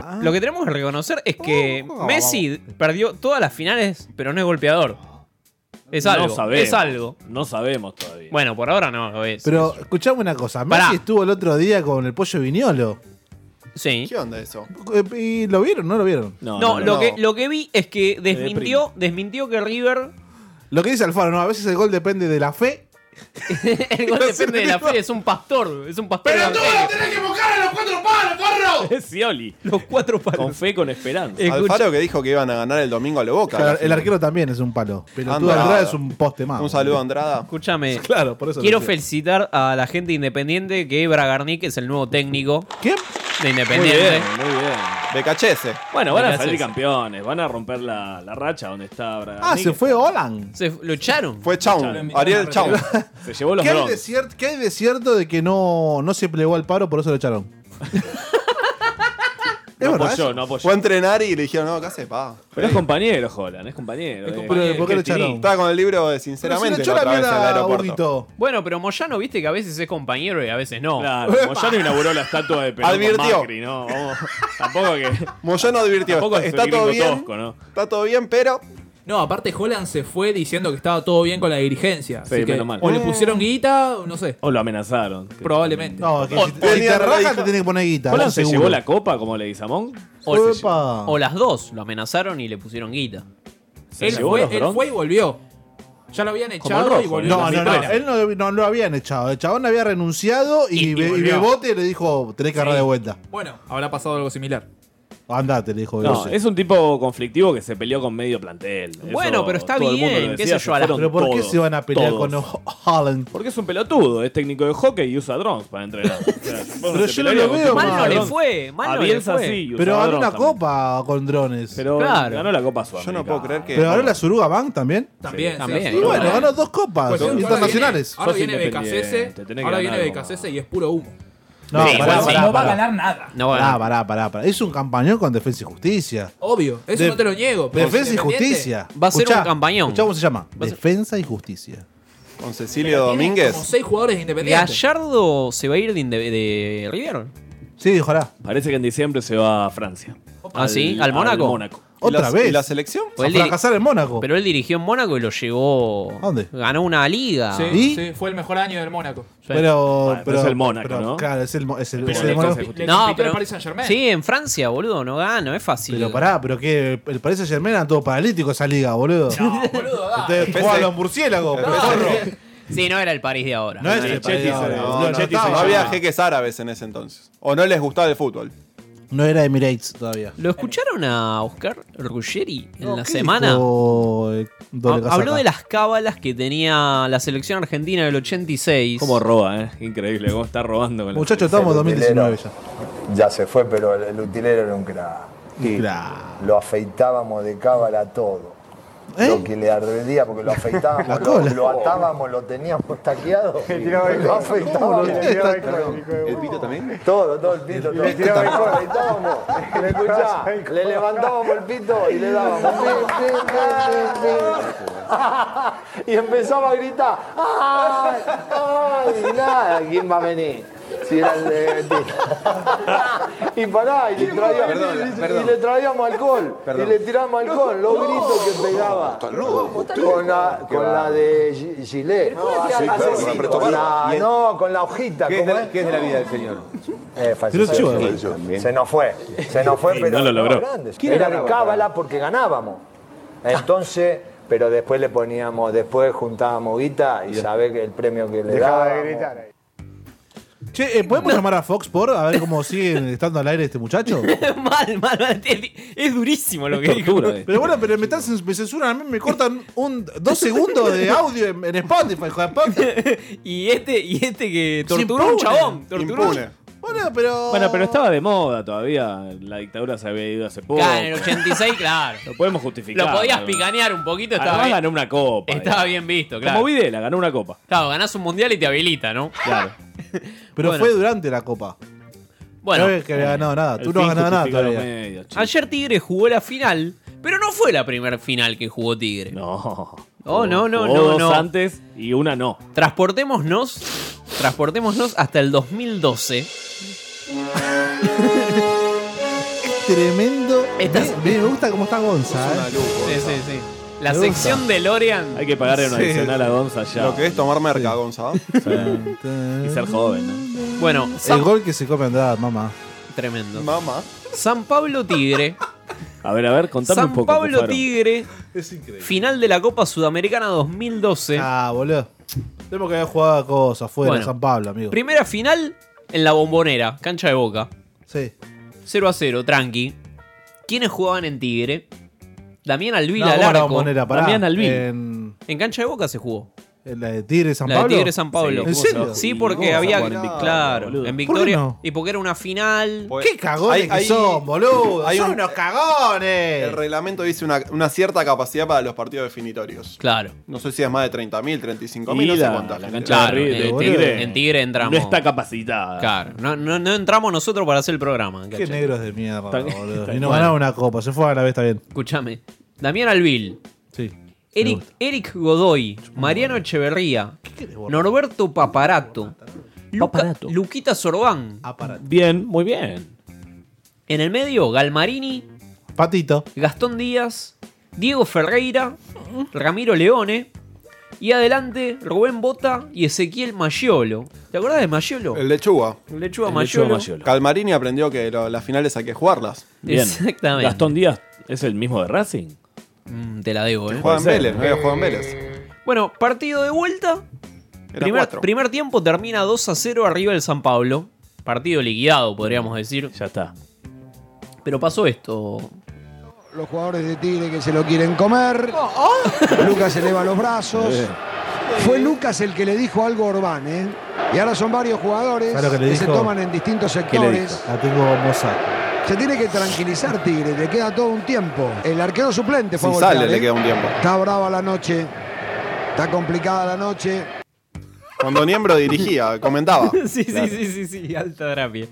F: Ah. Lo que tenemos que reconocer es que Messi perdió todas las finales, pero no es golpeador. Es algo.
G: No sabemos.
F: Es algo.
G: No sabemos todavía.
F: Bueno, por ahora no lo es.
H: Pero escuchame una cosa.
F: Pará.
H: Messi estuvo el otro día con el pollo viñolo.
F: Sí.
I: ¿Qué onda eso?
H: Eh, ¿Y lo vieron? ¿No lo vieron?
F: No, lo, Que, lo que vi es que desmintió, desmintió que River.
H: Lo que dice Alfaro, no, a veces el gol depende de la fe.
F: El gol depende de la fe, es un pastor. Es un pastor. evangélico.
H: que buscar a los cuatro palos, porro!
G: Es Scioli.
F: Los cuatro palos.
G: Con fe, con esperanza.
I: Alfaro que dijo que iban a ganar el domingo a la boca.
H: Claro, el arquero también es un palo. Pero tú
I: Andrada.
H: Andrada es un poste más.
I: Un saludo a Andrada.
F: Escúchame.
H: Eh, Claro, por eso
F: Quiero
H: decía.
F: felicitar a la gente independiente que Bragarnik es el nuevo técnico.
H: ¿Quién?
F: De Independiente.
G: Muy bien, muy bien.
I: Becachese.
G: Bueno, van a salir campeones, van a romper la, la racha donde está Braga.
H: Ah, se fue Olan.
F: Se lucharon.
I: Fue Chaun. Ariel Chaun.
G: Se llevó los
H: ¿Qué hay, de
G: drones.
H: cierto, qué hay de cierto de que no, no se plegó al paro, por eso lo echaron?
I: Es
G: No
I: verdad
G: apoyó,
I: eso.
G: no apoyó.
I: Fue a entrenar y le dijeron, no, ¿qué hace, pa?
G: Pero es compañero, Jolan, es compañero. eh.
I: Estaba con el libro de Sinceramente la otra vez en el aeropuerto.
F: Bueno, pero Moyano, viste que a veces es compañero y a veces no.
G: Claro, Moyano inauguró la estatua de Perón
I: Advirtió.
G: con Macri, ¿no? Vamos, tampoco que...
I: Moyano advirtió,
G: Tampoco es
I: está
G: un
I: todo
G: gringo
I: bien,
G: tosco, ¿no?
I: está todo bien, pero...
K: No, aparte Holland se fue diciendo que estaba todo bien con la dirigencia.
G: Sí,
K: así que
G: menos mal.
K: O le pusieron guita, o no sé.
G: O lo amenazaron.
K: Probablemente.
H: No, que si, si te rajas te tiene que poner guita.
G: Holland se
H: seguro.
G: llevó la copa como le Samón.
F: O,
H: Epa.
F: se lle- o las dos, lo amenazaron y le pusieron guita.
K: Él fue, él fue y volvió. Ya lo habían echado y volvió.
H: No, no, no,
K: Bueno,
H: él no, no lo habían echado. El chabón había renunciado y, Be- y
K: volvió.
H: Bebote le dijo, tenés que agarrar
K: Sí.
H: de vuelta.
K: Bueno, habrá pasado algo similar.
H: Andate, le dijo
G: No,
H: Bebote.
G: es un tipo conflictivo que se peleó con medio plantel. Eso
F: Bueno, pero está
G: todo el mundo lo
F: bien, qué
G: decía,
F: sé yo, a la-
G: fueron
H: Pero ¿por qué
G: todos,
H: se van a pelear
G: todos.
H: con o- Holland?
G: Porque es un pelotudo, es técnico de hockey y usa drones para entrenar. O sea, vos no
H: Pero
G: te
H: yo no
G: pelearías
H: lo
G: con
H: veo
G: un
H: mal. Mal
G: tipo
H: no
G: de
H: le
G: drones.
F: fue, mal
G: A
F: no le
G: Bielsa
F: fue.
G: sí, y usaba
H: Pero ganó
G: drones
H: una
G: también.
H: copa con drones.
G: Pero
F: Claro.
G: ganó la copa Sudamericana.
I: Yo no puedo creer que...
H: Pero ganó la Suruga Bank también.
K: También,
G: Sí,
K: sí,
G: también.
K: sí.
H: Y bueno, ganó dos copas
K: Pues, ahora
H: internacionales.
K: viene- Ahora
G: Sos
K: viene
G: independiente,
K: BKCS,
G: tenés que
K: ahora
G: ganar
K: viene
G: algo.
K: BKCS y es puro humo.
H: No,
K: Sí,
H: pará,
K: bueno,
H: pará,
K: no va a
H: pará.
K: ganar nada.
F: No, bueno.
H: Pará, pará, pará, pará. Es un campañón con Defensa y Justicia.
K: Obvio, eso
H: De-
K: no te lo niego. pero
H: Defensa y
K: Independiente-
H: Justicia.
F: Va a ser
H: Escuchá,
F: un campañón.
H: escuchá cómo se llama. Defensa y Justicia.
I: Con Cecilio
K: Tiene
I: Domínguez.
K: Como seis jugadores independientes.
F: Gallardo se va a ir de, inde- de River.
H: Sí, ojalá.
G: Parece que en diciembre se va a Francia.
F: ¿Ah, sí? ¿Al Mónaco?
H: Otra
I: ¿Y la-
H: vez.
I: ¿Y la selección?
F: Pues
H: A
F: él diri-
H: fracasar en Mónaco.
F: Pero él dirigió en Mónaco y lo llevó.
H: ¿A dónde?
F: Ganó una liga.
C: Ah.
K: Sí,
H: ¿Y?
K: sí, fue el mejor año del Mónaco.
H: Pero,
G: Bueno, pero es el Mónaco,
H: pero,
G: ¿no?
H: Claro, es el, mo- es el, es
K: le
H: el Mónaco.
K: compi- le
F: No,
K: compitió
F: pero-
K: al Paris Saint-Germain.
F: Sí, en Francia, boludo, no gano, es fácil.
H: Pero pará, pero que el Paris Saint Germain era todo paralítico esa liga, boludo.
K: No, boludo, da.
H: Ustedes jugaban a los murciélagos. porro.
F: Sí, no era el París de ahora.
H: No es
F: era
H: el
F: el
H: París de ahora,
I: No,
H: boludo,
I: no,
H: no
I: no
H: estaba.
I: había jeques árabes en ese entonces. O no les gustaba el fútbol.
H: No era Emirates todavía.
F: ¿Lo escucharon a Oscar Ruggeri en
H: No,
F: la
H: ¿qué
F: semana?
H: dijo, eh, Doble
F: Ha- Habló
H: Casaca?
F: de las cábalas que tenía la selección argentina del 86.
G: Cómo roba, ¿eh? Increíble, cómo está robando con la
H: Muchachos, estamos en 2019 ya.
A: Ya se fue, pero el, el utilero era un crack.
H: Claro.
A: Lo afeitábamos de cábala todo. Lo que le ardía, porque lo
H: ¿Eh? La
A: afeitábamos, lo,
H: cola.
A: lo atábamos, lo teníamos taqueado. lo
H: ¿Cómo
A: afeitábamos.
H: lo
A: lo
H: tenés
A: teníamos
H: taqueado?
A: taqueado.
I: ¿El pito también?
A: Todo, todo el pito, todo.
I: pito también.
A: Lo afeitábamos. Escuchá, le levantábamos el pito y le dábamos. Pi, pi, pi, pi. y empezaba a gritar. ¡Ay! ¡Ay! Nada, Ah, ¿quién va a venir? Si era el de Y pará, y le traíamos,
I: Perdón,
A: y
I: perdón.
A: le traíamos alcohol.
I: Perdón.
A: Y le tiramos alcohol, los gritos que pegaba. Con la, con la de Gi- Gillette.
I: Ah,
A: Con la- no, con la hojita. ¿cómo es?
I: es de la vida del señor?
A: Eh, falleció.
H: Pero chivo,
A: Sí, Se nos fue. Se nos fue,
G: Y
A: pero
G: no lo logró.
A: grande.
I: ¿Quién
A: Era
I: ganaba?
A: de cábala porque ganábamos. Entonces, pero después le poníamos, después juntábamos guita y sabés que el premio que le
B: Dejaba de
A: dábamos.
B: gritar
H: Che, eh, ¿podemos llamar a Fox por a ver cómo sigue estando al aire este muchacho?
F: mal, mal, mal. Es, es durísimo lo que dijo.
G: Tortura, eh.
H: Pero bueno, pero me, están, me censuran a mí, me cortan un, dos segundos de audio en, en Spotify, hijo de puta.
F: Y este, y este que torturó
H: impune,
F: a un chabón. Torturó a un
I: Impune.
H: Bueno, pero.
G: Bueno, pero estaba de moda todavía. La dictadura se había ido hace poco.
F: Claro, en el 86, claro.
G: Lo podemos justificar.
F: Lo podías
G: ¿no?
F: picanear un poquito, estaba
G: Además
F: bien,
G: ganó una copa.
F: estaba
G: digamos.
F: bien visto,
G: Como
F: claro.
G: Videla, ganó una copa.
F: Claro, ganás un mundial y te habilita, ¿no?
G: Claro.
H: Pero
F: Bueno.
H: fue durante la copa.
F: Bueno, Eh,
H: no es que había ganado nada. Tú
G: El
H: no has
G: fin
H: ganado nada
G: justifica los
H: todavía.
G: medios, chicos.
F: ayer Tigre jugó la final, pero no fue la primera final que jugó Tigre.
G: No.
F: Oh, no, no,
G: Jugó
F: no,
G: dos
F: no.
G: antes y una no.
F: Transportémonos, transportémonos hasta el 2012.
H: Tremendo.
F: Estás-
H: Me, me gusta cómo está Gonza. eh.
F: Sí, sí, sí. La
H: Me
F: sección de Lorian.
G: Hay que pagarle una
I: Sí.
G: adicional a Gonza ya.
I: Lo que es tomar merca, Gonzalo.
G: Y ser joven, ¿no?
F: Bueno,
H: El
F: San-
H: gol que se come Andrada, mamá.
F: tremendo.
I: Mamá.
F: San Pablo Tigre.
G: A ver, a ver, contame
F: San
G: un poco.
F: Pablo
G: Cufaro.
F: Tigre,
H: Es increíble.
F: final de la Copa Sudamericana 2012.
H: Ah, boludo. Tenemos que haber jugado a cosas afuera,
F: Bueno.
H: San Pablo, amigo.
F: Primera final en la Bombonera, cancha de Boca.
H: Sí.
F: 0 a 0, tranqui. ¿Quiénes jugaban en Tigre? Damián Alvila
H: No,
F: al
H: ¿cómo la
F: arco.
H: Bombonera? Pará.
F: Damián Alvila.
H: En-
F: En cancha de Boca se jugó.
H: La de Tigre San
F: La
H: Pablo.
F: de Tigre San Pablo.
H: ¿En serio?
F: Sí, porque había. claro, en Victoria.
H: no?
F: Y porque era una final.
H: Qué cagones que son, boludo.
I: Pues hay
H: son
I: un-
H: unos cagones.
I: El reglamento dice una, una cierta capacidad para los partidos definitorios.
F: Claro.
I: No sé si es más de 30.000, 35.000,
F: Y
I: no sé
F: la-
I: cuántas.
F: la cancha Claro, de Ri- de en Tigre- Tigre en Tigre entramos. no está
G: capacitada.
F: Claro, no, no- no entramos nosotros para hacer el programa.
H: Qué
F: ¿cachai?
H: negros de mierda,
F: Tal-
H: boludo.
F: tal
H: Y no
F: cual.
H: ganaron una copa, se fue a la vez, está bien.
F: Escúchame. Damián Albil.
H: Sí.
F: Eric, Eric Godoy. Mariano Echeverría. Norberto Paparato. Luca- Luquita Sorbán.
G: Bien, muy bien.
F: En el medio, Galmarini.
H: Patito.
F: Gastón Díaz. Diego Ferreira. Ramiro Leone. Y adelante, Rubén Bota y Ezequiel Mayolo. ¿Te acordás de Mayolo?
I: El lechuga.
F: El lechuga El Mayolo. lechuga Mayolo.
I: Calmarini aprendió que lo- las finales hay que jugarlas.
F: Bien. Exactamente.
G: Gastón Díaz es el mismo de Racing.
F: Mm, te la debo, eh.
I: Juegan
G: Puede ser.
I: Vélez, eh, juegan Vélez.
F: Bueno, partido de vuelta.
I: Era
F: Primer,
I: cuatro.
F: primer tiempo termina 2 a 0 arriba del San Pablo. Partido liquidado,
I: Mm,
F: podríamos decir.
G: Ya está.
F: Pero pasó esto.
B: Los jugadores de Tigre que se lo quieren comer.
F: Oh,
B: Lucas eleva los brazos.
F: Eh.
B: Fue Lucas el que le dijo algo a Orbán, ¿eh? Y ahora son varios jugadores
H: ¿Sabes lo que
B: que,
H: le
B: se
H: dijo?
B: toman en distintos
H: ¿Qué le dijo?
B: sectores.
H: La tengo
F: Eh,
H: moza.
B: Se tiene que tranquilizar Tigre, le queda todo un tiempo. El arquero suplente fue a
I: Si
B: golpear,
I: sale,
B: ¿eh?
I: le queda un tiempo.
B: Está brava la noche. Está complicada la noche.
I: Cuando Niembro dirigía, comentaba.
F: sí, sí, sí, sí, sí, alta terapia.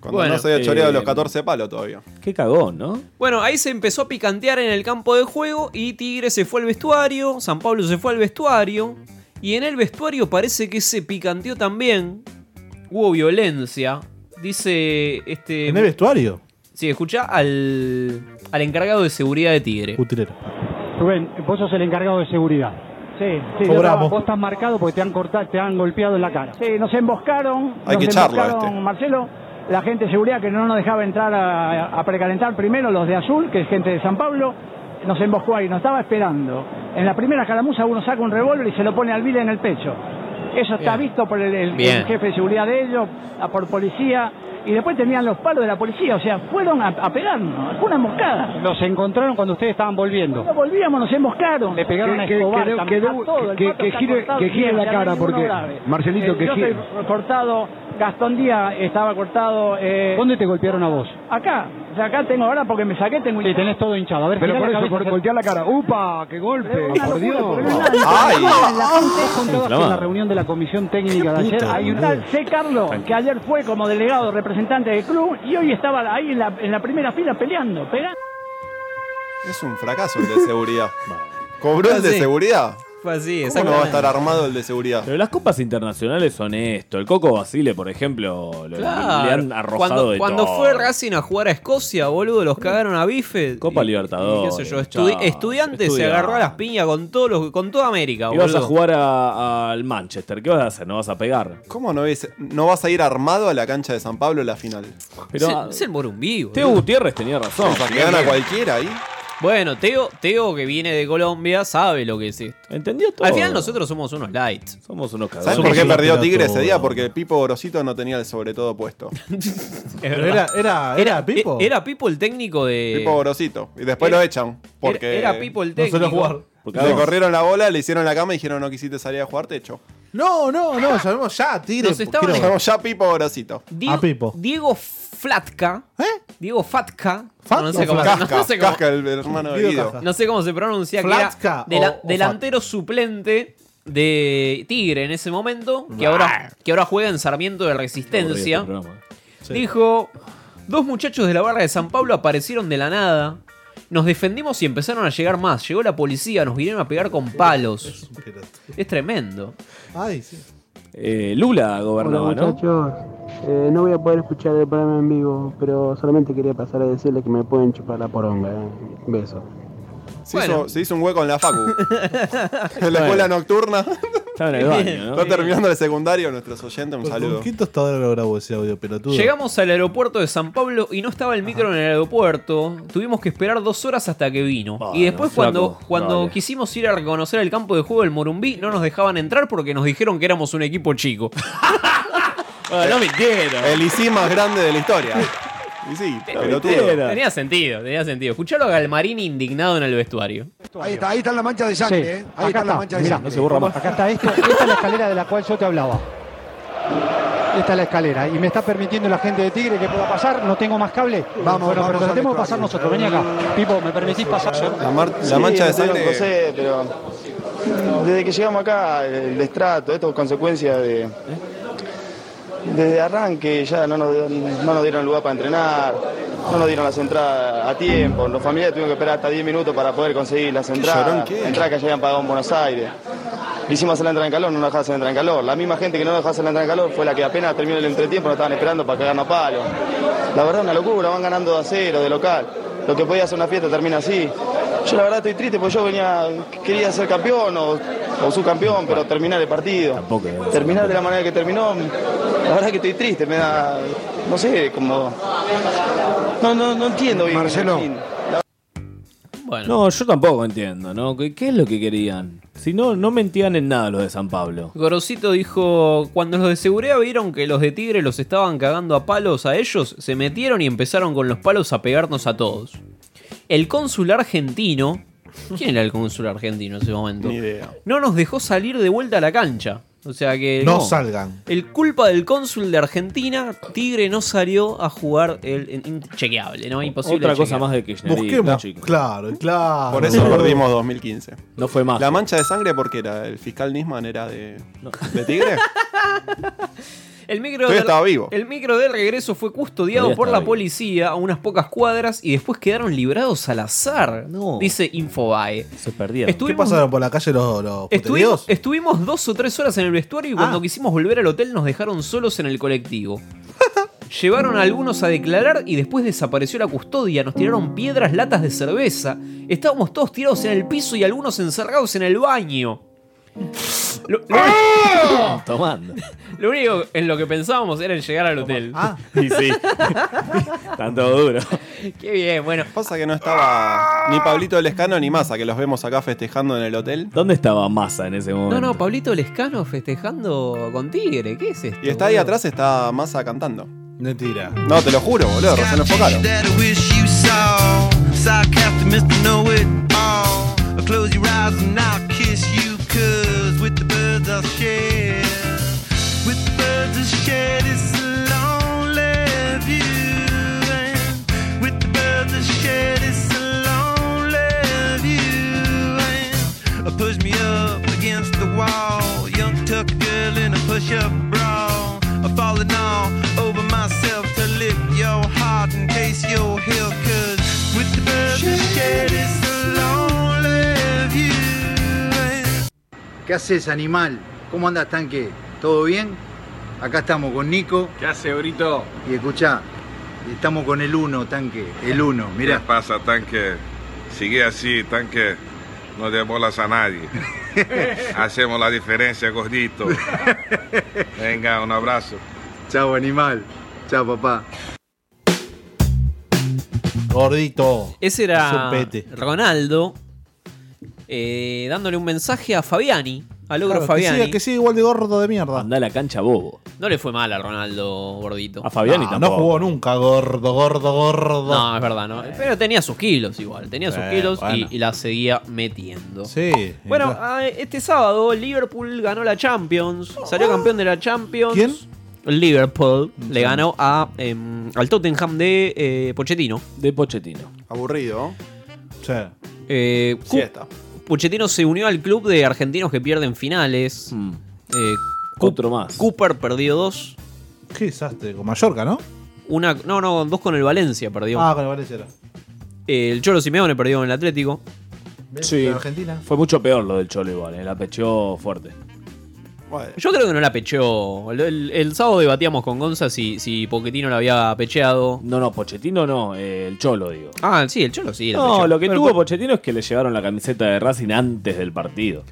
I: Cuando
F: Bueno,
I: no se había choreado
F: eh,
I: los 14 palos todavía.
G: Qué cagón, ¿no?
F: Bueno, ahí se empezó a picantear en el campo de juego y Tigre se fue al vestuario, San Pablo se fue al vestuario y en el vestuario parece que se picanteó también. Hubo violencia. Dice este
H: ¿En el vestuario?
F: Sí, escucha al al encargado de seguridad de Tigre.
H: Utilero.
C: Rubén, vos sos el encargado de seguridad. Sí,
B: sí, yo
C: Cobramos.
B: estaba-
C: vos estás marcado porque te han cortado, te han golpeado en la cara. Sí, nos emboscaron, nos
B: Hay que echarlo a
C: emboscaron,
B: este.
C: Marcelo, la gente de seguridad que no nos dejaba entrar a, a precalentar, primero los de azul, que es gente de San Pablo, nos emboscó ahí, nos estaba esperando. En la primera calamuza uno saca un revólver y se lo pone al vil en el pecho. Eso está visto por el, el- el
W: Bien.
C: jefe de seguridad de ellos, a- por policía, y después tenían los palos de la policía, o sea, fueron a, a pegarnos, fue una emboscada.
B: Los encontraron cuando ustedes estaban volviendo.
C: Cuando volvíamos nos emboscaron. Le
B: pegaron a Escobar,
C: Que,
B: también
C: quedó-
B: a todo, el
C: que-
B: cuerpo
C: que
B: está
C: gire,
B: cortado,
C: que gire
B: bien,
C: la
B: ya no hay
C: cara
B: ninguno
C: porque...
B: grave.
C: Marcelito,
B: Eh,
C: que
B: yo
C: gire... cortado, Gastón Díaz estaba cortado... ¿Dónde te golpearon a vos? Acá. O sea, acá tengo ahora porque me saqué, este tengo... Sí, tenés todo hinchado. A ver,
B: Pero por eso, por golpear la cara. ¡Upa! ¡Qué golpe! ¡Por Dios!
C: en la reunión de la comisión técnica de ayer.
B: puta,
C: Hay un
B: boludo.
C: tal C. Carlos que ayer fue como delegado representante del club y hoy estaba ahí en la, en la primera fila peleando, pegando.
I: Es un fracaso el de seguridad. ¿Cobró
F: Ah,
I: el de
G: Sí.
I: seguridad?
F: Fue así,
I: ¿Cómo no va a estar armado el de seguridad?
G: Pero las copas internacionales son esto. El Coco Basile, por ejemplo, lo- le
F: Claro.
G: han arrojado
F: cuando
G: de
F: cuando
G: todo.
F: fue Racing a jugar a Escocia, boludo, los cagaron a bife.
G: Copa
F: Y-
G: Libertadores,
F: y qué sé yo, estudi-
G: chao.
F: estudiante se
G: Estudia.
F: agarró a las piñas con todos los- con toda América,
G: Ibas
F: boludo.
G: a jugar a- al Manchester. ¿Qué vas a hacer? ¿No vas a pegar?
I: ¿Cómo no, ves- no vas a ir armado a la cancha de San Pablo en la final?
F: Pero, es, el- es el Morumbí, boludo.
G: ah. Teo Gutiérrez tenía razón.
I: Para que gana cualquiera ahí.
F: Bueno, Teo, Teo que viene de Colombia sabe lo que es esto.
G: Entendió
F: Al final nosotros somos unos lights.
G: Somos unos
I: ¿Sabes por qué perdió Tigre ese día? Porque el Pipo Gorosito no tenía el sobre todo puesto.
H: era- era- era Pipo.
F: Era Pipo el técnico de.
I: Pipo Eh, Gorosito. Y después
F: Era-
I: lo echan. Porque
F: era Pipo el
H: No suele jugar.
I: Porque le corrieron la bola, le hicieron la cama y dijeron no quisiste salir a jugar, te echo.
H: No, no, no, llamemos ya, Tigre.
I: Nos estaban-
H: quiero-
I: Llamamos ya Pipo Gorosito.
F: Diego,
H: A Pipo. ¿Eh?
F: Diego Flatka. Diego Fatka.
I: ¿Fatka
F: No sé
I: o
F: cómo,
I: Flatka?
F: no sé cómo-
I: Casca, el hermano de
F: Diego
I: Guido.
F: Casca. No sé cómo se pronuncia. que
I: ¿Flatka
F: era dela-
I: o- o
F: delantero suplente de Tigre en ese momento. Que ahora, que ahora juega en Sarmiento de Resistencia.
G: este ¿eh?
F: Dijo: Dos muchachos de la barra de San Pablo aparecieron de la nada. Nos defendimos y empezaron a llegar más. Llegó la policía, nos vinieron a pegar con palos. Es tremendo.
H: Ay, sí.
G: Eh, Lula gobernaba,
X: Hola,
G: ¿no?
X: muchachos. Eh, no voy a poder escuchar el programa en vivo, pero solamente quería pasar a decirle que me pueden chupar la poronga. eh. Beso.
I: Se, hizo, se hizo un hueco en la facu. en la escuela nocturna.
G: Estaba en el baño, ¿no?
I: Está terminando el secundario nuestros oyentes, un
H: ¿Con
I: saludo.
H: qué tostadora lo grabó ese audio, pelotudo?
F: Llegamos al aeropuerto de San Pablo y no estaba el micro en el aeropuerto. Tuvimos que esperar dos horas hasta que vino. y después
G: flaco,
F: cuando, cuando
G: dale.
F: quisimos ir a reconocer el campo de juego del Morumbí, no nos dejaban entrar porque nos dijeron que éramos un equipo chico. no mintieron.
I: El ICI más grande de la historia. Y sí, pelotudo.
F: Tenía sentido, tenía sentido. Escuchalo a Galmarini indignado en el vestuario.
B: Ahí está, ahí están las manchas de sangre,
Q: Sí,
B: ¿eh? Ahí
Q: acá
B: están las
Q: está,
B: manchas de
Q: mirá,
B: sangre.
Q: Acá está esto, esta es la escalera de la cual yo te hablaba. Esta es la escalera y me está permitiendo la gente de Tigre que pueda pasar. No tengo más cable. Vamos, bueno, pero tratemos de pasar nosotros. Vení acá. Pipo, ¿me permitís pasar yo?
D: La, mar- la
Q: Sí,
D: mancha de
Q: no
D: sangre.
Q: tengo José,
D: pero desde que llegamos acá, el destrato, esto es consecuencia de. Desde arranque ya no nos, dieron- no nos dieron lugar para entrenar, no nos dieron las entradas a tiempo, los familiares tuvieron que esperar hasta 10 minutos para poder conseguir las
I: llorón
D: entradas,
I: que es.
D: entradas que ya habían pagado en Buenos Aires. Le hicimos hacer la entrada en calor, no nos dejaron hacer la entrada en calor. La misma gente que no nos dejó hacer la entrada en calor fue la que apenas terminó el entretiempo, nos estaban esperando para cagarnos a palo. La verdad, una locura, van ganando de a cero, de local. Lo que podía ser una fiesta termina así. Yo la verdad estoy triste porque yo venía, quería ser campeón o, o subcampeón, pero terminar el partido. terminar de la manera que terminó, la verdad que estoy triste, me da, no sé, como... No, no, no entiendo bien. Marcelo.
G: No, yo tampoco entiendo, ¿no? ¿Qué, qué es lo que querían? Si no, no mentían en nada los de San Pablo.
F: Gorosito dijo, cuando los de seguridad vieron que los de Tigre los estaban cagando a palos a ellos, se metieron y empezaron con los palos a pegarnos a todos. El cónsul argentino, ¿quién era el cónsul argentino en ese momento? No nos dejó salir de vuelta a la cancha. O sea que...
H: No salgan.
F: El culpa del cónsul de Argentina, Tigre no salió a jugar el, el inchequeable, ¿no? Imposible.
G: Otra
F: de
G: cosa
F: chequear.
G: más de kirchnerismo,
I: Busquemos,
G: chicos.
H: Claro, claro.
I: Por eso perdimos 2015.
G: No fue más.
I: La mancha de sangre, porque era? ¿El fiscal Nisman era de, de Tigre?
F: El micro,
I: Todavía
F: del,
I: estaba vivo.
F: el micro del regreso fue custodiado
I: Todavía
F: por la
I: estaba vivo.
F: policía a unas pocas cuadras y después quedaron librados al azar, dice Infobae.
G: Se perdieron.
H: ¿Qué
F: Estuvimos,
H: pasaron por la calle los, los puteríos?
F: estuvimos, estuvimos dos o tres horas en el vestuario y
I: Ah.
F: cuando quisimos volver al hotel nos dejaron solos en el colectivo. Llevaron a algunos a declarar y después desapareció la custodia. Nos tiraron piedras, latas de cerveza. Estábamos todos tirados en el piso y algunos encerrados en el baño. Lo- lo-
I: ¡Ah!
G: Tomando.
F: Lo único en lo que pensábamos era en llegar al hotel.
I: Ah.
G: Y sí. Tanto duro.
F: Qué bien, bueno.
I: Pasa que no estaba ni Pablito Lescano ni Massa, que los vemos acá festejando en el hotel.
G: ¿Dónde estaba Massa en ese momento?
F: No, no, Pablito Lescano festejando con Tigre. ¿Qué es esto?
I: Y está ahí atrás, está Massa cantando.
H: Mentira.
I: No, te lo juro, boludo, se lo enfocaron.
T: that I wish you saw. Sarcastic Mr. Know It All. Or close your eyes and I'll kiss you, cause with the birds I'll share. With the birds I'll share this lonely view. And with the birds I'll share this lonely view. And push me up against the wall. Young tuck girl in a push up bra. I'm falling all over myself to lift your heart and taste your hill. Cause with the birds, the shed is the lonely view.
E: ¿Qué haces, animal? ¿Cómo andas, tanque? ¿Todo bien? Acá estamos con Nico. ¿Qué hace, Brito? Y escucha, estamos con el 1, tanque. El 1, mirá.
N: ¿Qué pasa, tanque? Sigue así, tanque. No de bolas a nadie. Hacemos la diferencia, gordito. Venga, un abrazo.
E: Chao, animal. Chao, papá.
H: Gordito.
F: Ese era
H: Chupete.
F: Ronaldo eh, dándole un mensaje a Fabiani, al ogro
H: Claro, que
F: Fabiani.
H: sigue- Que sigue igual de gordo de mierda.
G: Anda a la cancha bobo.
F: No le fue mal a Ronaldo gordito.
G: A
H: Fabián no, Ah, no jugó nunca, gordo, gordo, gordo.
F: No, es verdad, ¿no? Pero tenía sus kilos igual, tenía sus
H: Eh,
F: kilos y-
H: bueno.
F: y, la seguía metiendo.
H: Sí.
F: Bueno, ah, este sábado Liverpool ganó la Champions, salió campeón de la Champions.
H: ¿Quién?
F: Liverpool le ganó a, em, al Tottenham de eh, Pochettino.
G: De Pochettino.
I: Aburrido.
H: Sí.
F: Eh, Cu- Pochettino se unió al club de argentinos que pierden finales.
G: Mm.
F: Eh, Cu- Cooper perdió dos.
H: Qué desastre. Con Mallorca, ¿no?
F: Una, no, no, dos con el Valencia perdió.
H: Ah, con el Valencia. era.
F: El Cholo Simeone perdió en el Atlético.
G: Sí.
H: Con Argentina.
G: Fue mucho peor lo del Cholo igual, eh, la pecheó fuerte.
F: Yo creo que no la pecheó. El, el- el sábado debatíamos con Gonza si, si Pochettino la había pecheado.
G: No, no, Pochettino no, eh, el Cholo digo.
F: Ah, sí, el Cholo sí. la
G: No,
F: pecheó.
G: lo que
F: Pero
G: tuvo Pochettino es que le llevaron la camiseta de Racing antes del partido.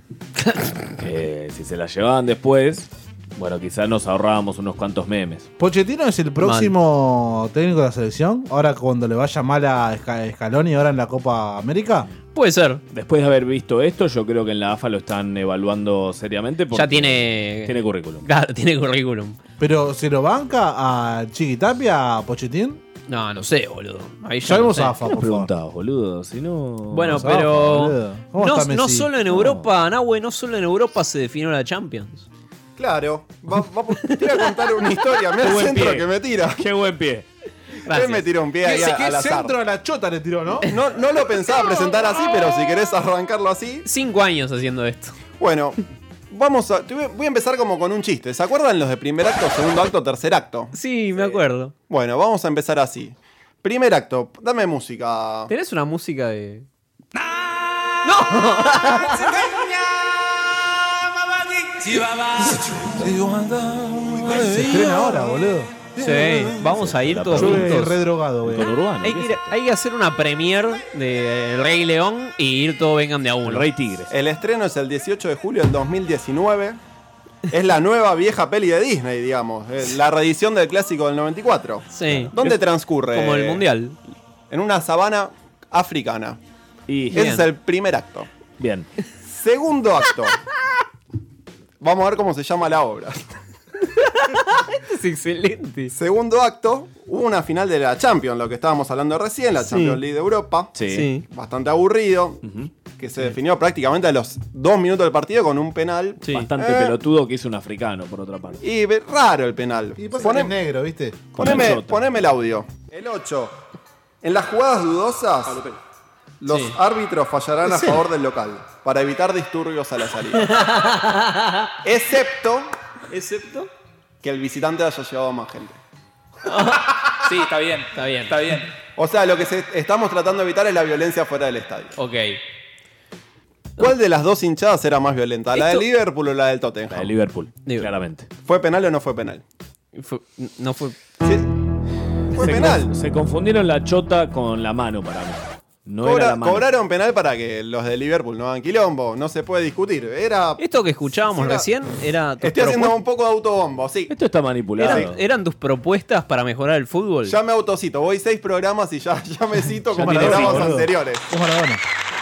G: Eh, si se la llevaban después, bueno, quizás nos ahorrábamos unos cuantos memes.
H: Pochettino es el próximo técnico de la selección. Ahora cuando le vaya mal a Sca- Scaloni, ahora en la Copa América.
F: Puede ser.
G: Después de haber visto esto, yo creo que en la AFA lo están evaluando seriamente. porque
F: Ya tiene-
G: Tiene currículum.
F: Claro, tiene currículum.
H: Pero se lo banca a Chiquitapia, a Pochettino.
F: No, no sé, boludo. Ahí yo
G: Sabemos
F: no sé.
G: AFA, por preguntado, boludo. Si no.
F: Bueno, pero. No, no solo en Europa, Nahue, no solo en Europa se definió la Champions.
I: Claro, va, va por- te voy a contar una historia. Mira
F: Qué
I: el
F: buen
I: centro
F: pie.
I: que me tira.
G: Qué buen pie.
I: Él me tiró un pie ahí
H: ¿Qué,
I: a-
H: qué
I: al azar.
H: centro de la chota le tiró, no?
I: No, no lo pensaba presentar así, pero si querés arrancarlo así.
F: Cinco años haciendo esto.
I: Bueno, vamos a. te voy- Voy a empezar como con un chiste. ¿Se acuerdan los de primer acto, segundo acto, tercer acto?
F: Sí, me acuerdo.
I: Bueno, vamos a empezar así. Primer acto, dame música.
F: ¿Tenés una música de.?
I: Ah,
H: Se estrena ahora, boludo.
F: Sí, vamos a ir todos
H: Yo estoy
F: juntos.
H: re drogado, güey.
F: Hay que, ir- hay que hacer una premier de El Rey León y ir todos vengan de a uno.
I: Rey
G: Tigre.
I: El estreno es el 18 de julio del 2019. Es la nueva vieja peli de Disney, digamos. Eh, La reedición del clásico del 94.
F: Sí.
I: ¿Dónde
F: Es
I: transcurre?
F: como el Mundial.
I: En una sabana africana. Ese
F: Bien.
I: es el primer acto.
G: Bien.
I: Segundo acto. Vamos a ver cómo se llama la obra.
F: es excelente.
I: Segundo acto, hubo una final de la Champions, lo que estábamos hablando recién, la
F: Sí.
I: Champions League de Europa.
F: Sí. Sí.
I: Bastante aburrido. Que se definió prácticamente a los dos minutos del partido con un penal.
G: Bastante
I: Eh,
G: pelotudo que es un africano, por otra parte.
I: Y ve- raro el penal.
H: Y pasa
I: Poné-
H: que es negro, ¿viste?
I: poneme,
H: Con
I: poneme el audio. El 8. En las jugadas dudosas, los árbitros fallarán a
H: Sí.
I: favor del local para evitar disturbios a la salida. Excepto
F: ¿Excepto?
I: que el visitante haya llevado más gente.
K: Sí, está bien. Está bien. Está bien.
I: O sea, lo que se- estamos tratando de evitar es la violencia fuera del estadio.
F: Ok.
I: ¿Cuál de las dos hinchadas era más violenta? ¿La
F: Esto-
I: del Liverpool o la del Tottenham? La del
G: Liverpool, claramente.
I: ¿Fue penal o no fue penal?
F: no fue.
I: Fue
G: se
I: penal.
G: conf- se confundieron la chota con la mano para mí. No
I: Cobra-
G: era la mano.
I: cobraron penal para que los de Liverpool no hagan quilombo, no se puede discutir. Era.
F: Esto que escuchábamos
I: Era-
F: recién era. tus
I: Estoy haciendo
F: propuestas-
I: un poco de autobombo, sí.
G: Esto está manipulado.
F: eran, eran tus propuestas para mejorar el fútbol.
I: Ya me autocito, voy seis programas y ya, ya me cito como
F: tiene
I: programas
F: cinco, boludo.
I: anteriores.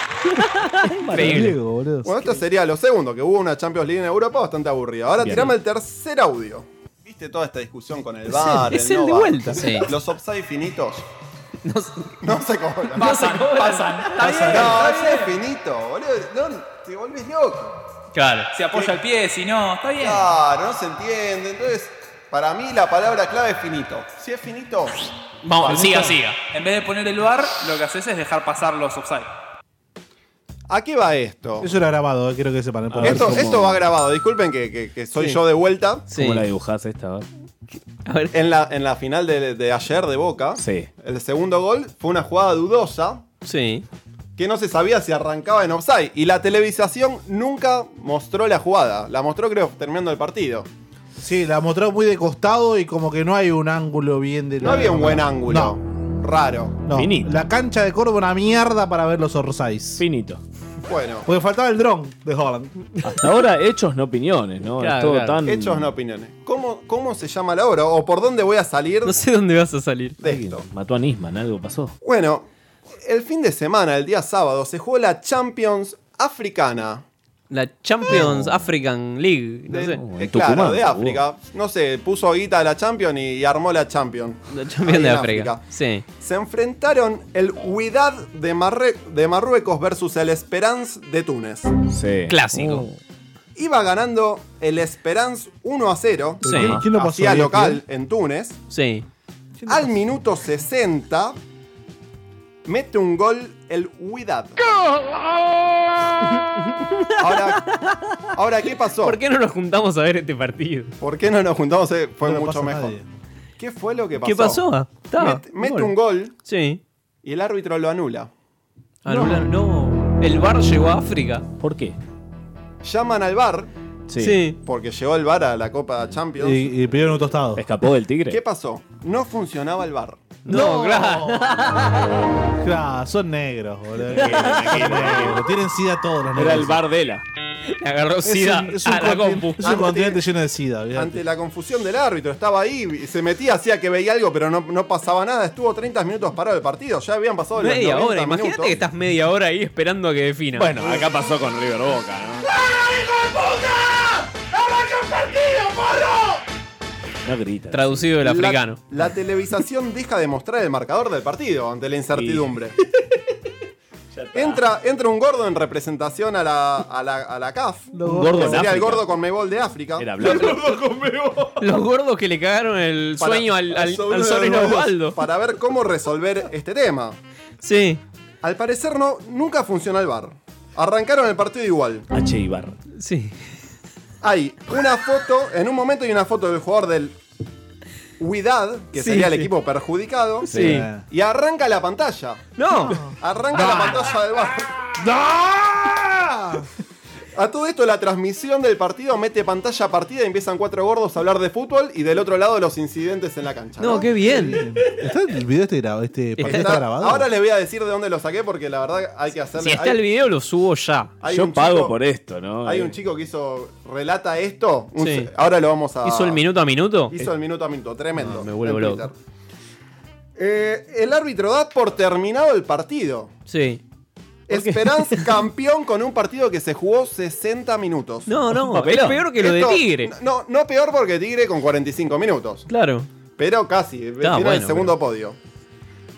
F: Increíble.
I: Bueno, esto sería lo segundo, que hubo una Champions League en Europa bastante aburrida. Ahora
F: Bien.
I: tirame el tercer audio. ¿Viste toda esta discusión con el
F: Es
I: VAR?
F: el- es el
I: no
F: de
I: VAR?
F: vuelta. Sí.
I: Los offside finitos. No se cobran.
F: No se cobran.
I: Pasan,
F: Está bien,
I: No,
F: está
I: es finito, boludo. No, te volvés loco.
F: Claro.
K: Se apoya el pie, si no, está bien.
I: Claro, no se entiende. Entonces, para mí la palabra clave es finito. Si es finito,
F: Vamos, siga, siga.
K: En vez de poner el bar, lo que haces es dejar pasar los offside.
I: ¿a qué va esto? Ah,
H: Eso era grabado, eh, quiero que sepan. por
I: Esto,
H: favor.
I: esto va grabado, disculpen que, que- que soy
H: Sí.
I: yo de vuelta.
G: ¿Cómo la dibujás esta?
I: En, la, en la final de, de ayer de Boca, el segundo gol fue una jugada dudosa
F: Sí.
I: que no se sabía si arrancaba en offside. Y la televisación nunca mostró la jugada. La mostró, creo, terminando el partido.
H: Sí, la mostró muy de costado y como que no hay un ángulo bien de
I: No
H: la-
I: había un buen ángulo.
H: No,
I: Raro.
H: no. La cancha de Córdoba una mierda para ver los orsais.
G: Finito.
I: Bueno.
H: Porque faltaba el dron de Holland.
G: Hasta ahora, hechos, no opiniones, ¿no? es todo tan.
I: Hechos no opiniones. ¿Cómo, ¿Cómo se llama la obra? ¿O por dónde voy a salir?
F: No sé dónde vas a salir.
I: De esto.
G: Mató a Nisman, algo pasó.
I: Bueno, el fin de semana, el día sábado, se jugó la Champions Africana.
F: La Champions African League. No sé.
I: Eh, claro, de África. No sé, puso guita a la Champions y, y armó la Champions.
F: La
I: Ahí
F: Champions de
I: en
F: África. Sí.
I: Se enfrentaron el Huidad de, Marre- de Marruecos versus el Esperance de Túnez.
G: Sí.
F: Clásico.
I: Iba ganando el Esperance 1 a 0.
F: Sí. ¿Quién- quién lo pasó?
I: Hacía
F: ¿Bien,
I: local en Túnez.
F: Sí.
I: Al minuto 60 mete un gol el Huidad. Ahora, ahora, ¿qué pasó?
F: ¿Por qué no nos juntamos a ver este partido?
I: ¿Por qué no nos juntamos? Eh, Fue
F: No lo
I: mucho
F: pasa
I: mejor.
F: nadie.
I: ¿Qué fue lo que pasó?
F: ¿Qué pasó? Estaba,
I: Mete, mete
F: gol.
I: un gol
F: Sí.
I: y el árbitro lo anula.
F: Anular- No. El bar llegó a África.
G: ¿Por qué?
I: Llaman al bar.
G: Sí.
F: Sí.
I: Porque llegó el bar a la Copa Champions.
H: Y, y pidieron un tostado.
G: Escapó del
I: ¿Qué pasó? No funcionaba el bar.
H: No,
F: claro.
H: Claro, son negros, boludo. Tienen sida todos los negros.
G: Era el bar de la.
F: Le agarró
H: Es un-
F: sida
H: es un
F: a la
H: continente-
F: compu.
H: Es un continente lleno de sida, olvidate.
I: Ante la confusión del árbitro, estaba ahí, y se metía, hacía que veía algo, pero no, no pasaba nada. Estuvo 30 minutos parado el partido, ya habían pasado los
F: Media
I: 90
F: hora.
I: minutos.
F: Imagínate que estás media hora ahí esperando a que defina.
G: Bueno, acá pasó con River Boca, ¿no?
T: ¡Arranca el partido, porro!
G: No grita.
F: Traducido del
I: La-
F: africano.
I: La, televisación deja de mostrar el marcador del partido ante la incertidumbre. Entra, entra un gordo en representación a la, a la, a la CAF.
F: gordos. Gordo
I: Que
F: en
I: sería el
F: África.
I: gordo con Mebol de África.
F: Era blanco. Los gordos que le cagaron el
I: Para-
F: sueño al, al,
I: sobrino
F: al sobrino
I: de
F: Osvaldo.
I: Para ver cómo resolver este tema.
F: Sí.
I: Al parecer no, nunca funciona el bar. Arrancaron el partido igual.
G: H. Ibar.
F: Sí.
I: Hay una foto, en un momento hay una foto del jugador del Huidad, que
F: Sí,
I: sería el
F: sí.
I: equipo perjudicado.
F: Sí.
I: Y arranca la pantalla.
F: No. Ah.
I: Arranca la pantalla del bar. A todo esto, la transmisión del partido mete pantalla a partida y empiezan cuatro gordos a hablar de fútbol y del otro lado los incidentes en la cancha.
F: No, qué bien.
H: ¿Está el video este, grabado, este partido está
I: Está-
H: grabado?
I: Ahora les voy a decir de dónde lo saqué porque la verdad hay que hacerle.
F: Si está el
I: hay-
F: video, lo subo ya.
I: Ah, Hay Yo un pago chico- por
G: esto, ¿no?
F: eh.
G: Eh.
I: Hay un chico que hizo. relata esto. un-
F: Sí.
I: Ahora lo vamos a.
F: ¿Hizo el minuto a minuto? Eh,
I: Hizo el minuto a minuto, tremendo.
F: me vuelvo
I: en
F: loco.
I: Twitter. Eh, el árbitro da por terminado el partido.
F: Sí.
I: Esperanza campeón con un partido que se jugó 60 minutos.
F: No, no, Un papelón. es peor que lo de Tigre.
I: No, no peor porque Tigre con 45 minutos.
F: Claro.
I: Pero
G: Ah,
I: casi, tiene
F: bueno,
I: el segundo podio.